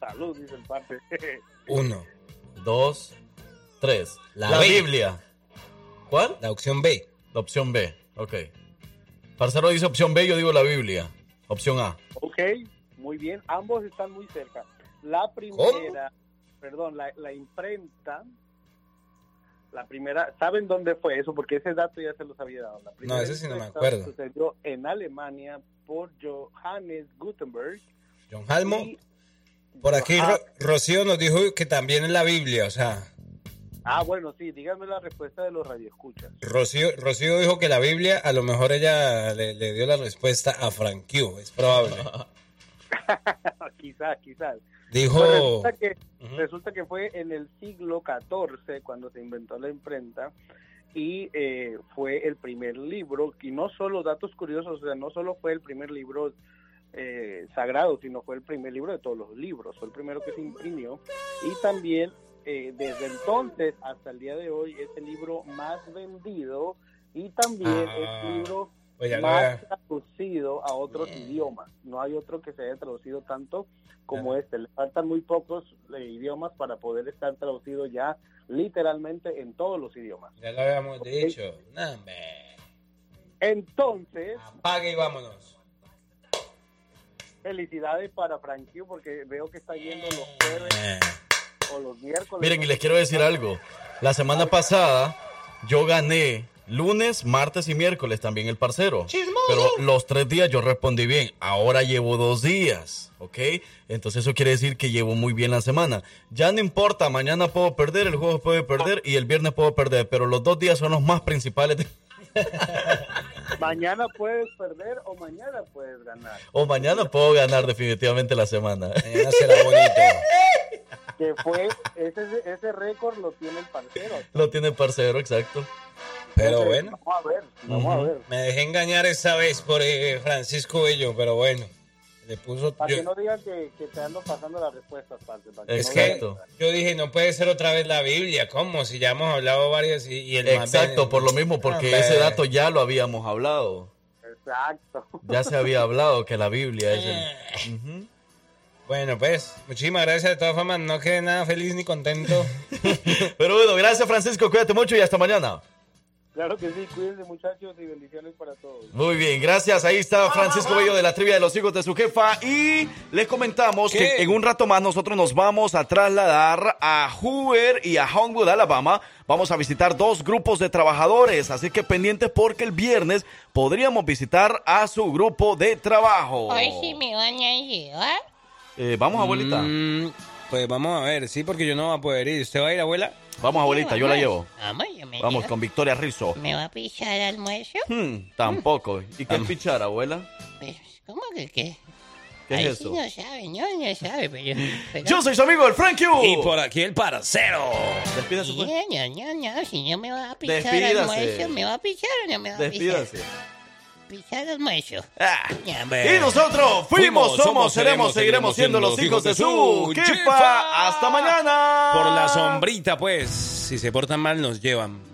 Speaker 16: Salud, dice el papi.
Speaker 4: Uno,
Speaker 2: dos, tres. La,
Speaker 4: La B.
Speaker 2: Biblia. ¿Cuál?
Speaker 4: La opción B.
Speaker 2: La opción B, ok. Parcero dice opción B, yo digo la Biblia. Opción A.
Speaker 16: Ok, muy bien. Ambos están muy cerca. La primera, perdón, la, la imprenta, la primera, ¿saben dónde fue eso? Porque ese dato ya se los había dado. La primera
Speaker 4: ese sí no me
Speaker 16: imprenta
Speaker 4: acuerdo.
Speaker 16: Sucedió en Alemania por Johannes Gutenberg.
Speaker 4: John Halmo. Por aquí Ro- Rocío nos dijo que también en la Biblia, o sea,
Speaker 16: Ah, bueno, sí, díganme la respuesta de los radioescuchas.
Speaker 4: Rocío, Rocío dijo que la Biblia, a lo mejor ella le, le dio la respuesta a Frank Q, es probable.
Speaker 16: quizás, quizás.
Speaker 4: Dijo-
Speaker 16: Pues resulta, que, resulta que fue en el siglo XIV cuando se inventó la imprenta y eh, fue el primer libro, y no solo datos curiosos, o sea, no solo fue el primer libro eh, sagrado, sino fue el primer libro de todos los libros, fue el primero que se imprimió y también eh, desde entonces hasta el día de hoy es el libro más vendido y también
Speaker 4: Ah,
Speaker 16: es el libro
Speaker 4: pues ya
Speaker 16: más
Speaker 4: no
Speaker 16: traducido a otros idiomas. No hay otro que se haya traducido tanto como este. Le faltan muy pocos eh, idiomas para poder estar traducido ya literalmente en todos los idiomas.
Speaker 4: Ya lo habíamos
Speaker 16: Ok.
Speaker 4: dicho. Nah, hombre. Ah.
Speaker 16: Entonces,
Speaker 4: Apague y vámonos.
Speaker 16: felicidades para Frankie porque veo que está yendo los jueves
Speaker 4: Eh.
Speaker 16: o los miércoles.
Speaker 2: Miren, y les quiero decir algo. La semana pasada yo gané lunes, martes y miércoles también el parcero. Pero los tres días yo respondí bien. Ahora llevo dos días, ¿ok? Entonces eso quiere decir que llevo muy bien la semana. Ya no importa, mañana puedo perder, el juego puede perder y el viernes puedo perder. Pero los dos días son los más principales. de-
Speaker 16: Mañana puedes perder o mañana puedes ganar.
Speaker 2: O mañana puedo ganar definitivamente la semana.
Speaker 4: Mañana será bonito.
Speaker 16: Que fue, ese, ese récord lo tiene el parcero.
Speaker 2: Lo tiene el parcero, exacto.
Speaker 4: Pero
Speaker 16: Entonces,
Speaker 4: bueno,
Speaker 16: Vamos a ver, vamos a ver.
Speaker 4: me dejé engañar esta vez por eh, Francisco Bello, pero bueno, le puso.
Speaker 16: Para
Speaker 4: yo-
Speaker 16: que no digan que, que te ando pasando las respuestas, parce. para que
Speaker 4: es
Speaker 16: no
Speaker 4: que
Speaker 16: digan-
Speaker 4: yo dije, no puede ser otra vez la Biblia, ¿cómo? Si ya hemos hablado varias y, y el Ah, más
Speaker 2: Exacto,
Speaker 4: ven-
Speaker 2: por lo mismo, porque
Speaker 4: Hombre.
Speaker 2: ese dato ya lo habíamos hablado.
Speaker 16: Exacto.
Speaker 2: Ya se había hablado que la Biblia es el...
Speaker 4: Bueno, pues, muchísimas gracias de todas formas, no quedé nada feliz ni contento.
Speaker 2: Pero bueno, gracias Francisco, cuídate mucho y hasta mañana.
Speaker 16: Claro que sí, cuídense muchachos y bendiciones para todos.
Speaker 2: Muy bien, gracias. Ahí está Francisco Bello de la trivia de los hijos de su jefa. Y les comentamos que en un rato más nosotros nos vamos a trasladar a Hoover y a Homewood, Alabama. Vamos a visitar dos grupos de trabajadores. Así que pendientes porque el viernes podríamos visitar a su grupo de trabajo.
Speaker 3: Hoy sí me van a llevar.
Speaker 2: Eh, Oh. vamos, abuelita.
Speaker 4: Mm, pues vamos a ver, sí, porque yo no voy a poder ir. ¿Usted va a ir, abuela? Ah,
Speaker 2: Vamos, abuelita, yo la llevo.
Speaker 3: Vamos, yo me
Speaker 2: Vamos
Speaker 3: llevo.
Speaker 2: con Victoria Rizzo.
Speaker 3: ¿Me va a pichar almuerzo?
Speaker 2: Hmm, tampoco. ¿Y qué es pichar, abuela?
Speaker 3: ¿Cómo que qué?
Speaker 2: ¿Qué
Speaker 3: Ahí
Speaker 2: es
Speaker 3: sí
Speaker 2: eso?
Speaker 3: no sabe, no, no sabe, pero... pero-
Speaker 2: Yo soy su amigo, el Frankie.
Speaker 4: Y por aquí el parcero.
Speaker 2: Despídase, pues.
Speaker 3: Sí, no, no, no, si no me va a pichar
Speaker 4: Despídase.
Speaker 3: almuerzo, ¿me va a pichar o no me va
Speaker 2: Despídase.
Speaker 3: a pichar? Pichar almuerzo. Ya, hombre.
Speaker 2: Y nosotros Ah, fuimos, somos, seremos, seguiremos siendo los hijos de su jefa. Hasta mañana.
Speaker 4: Por la sombrita, pues, si se portan mal nos llevan.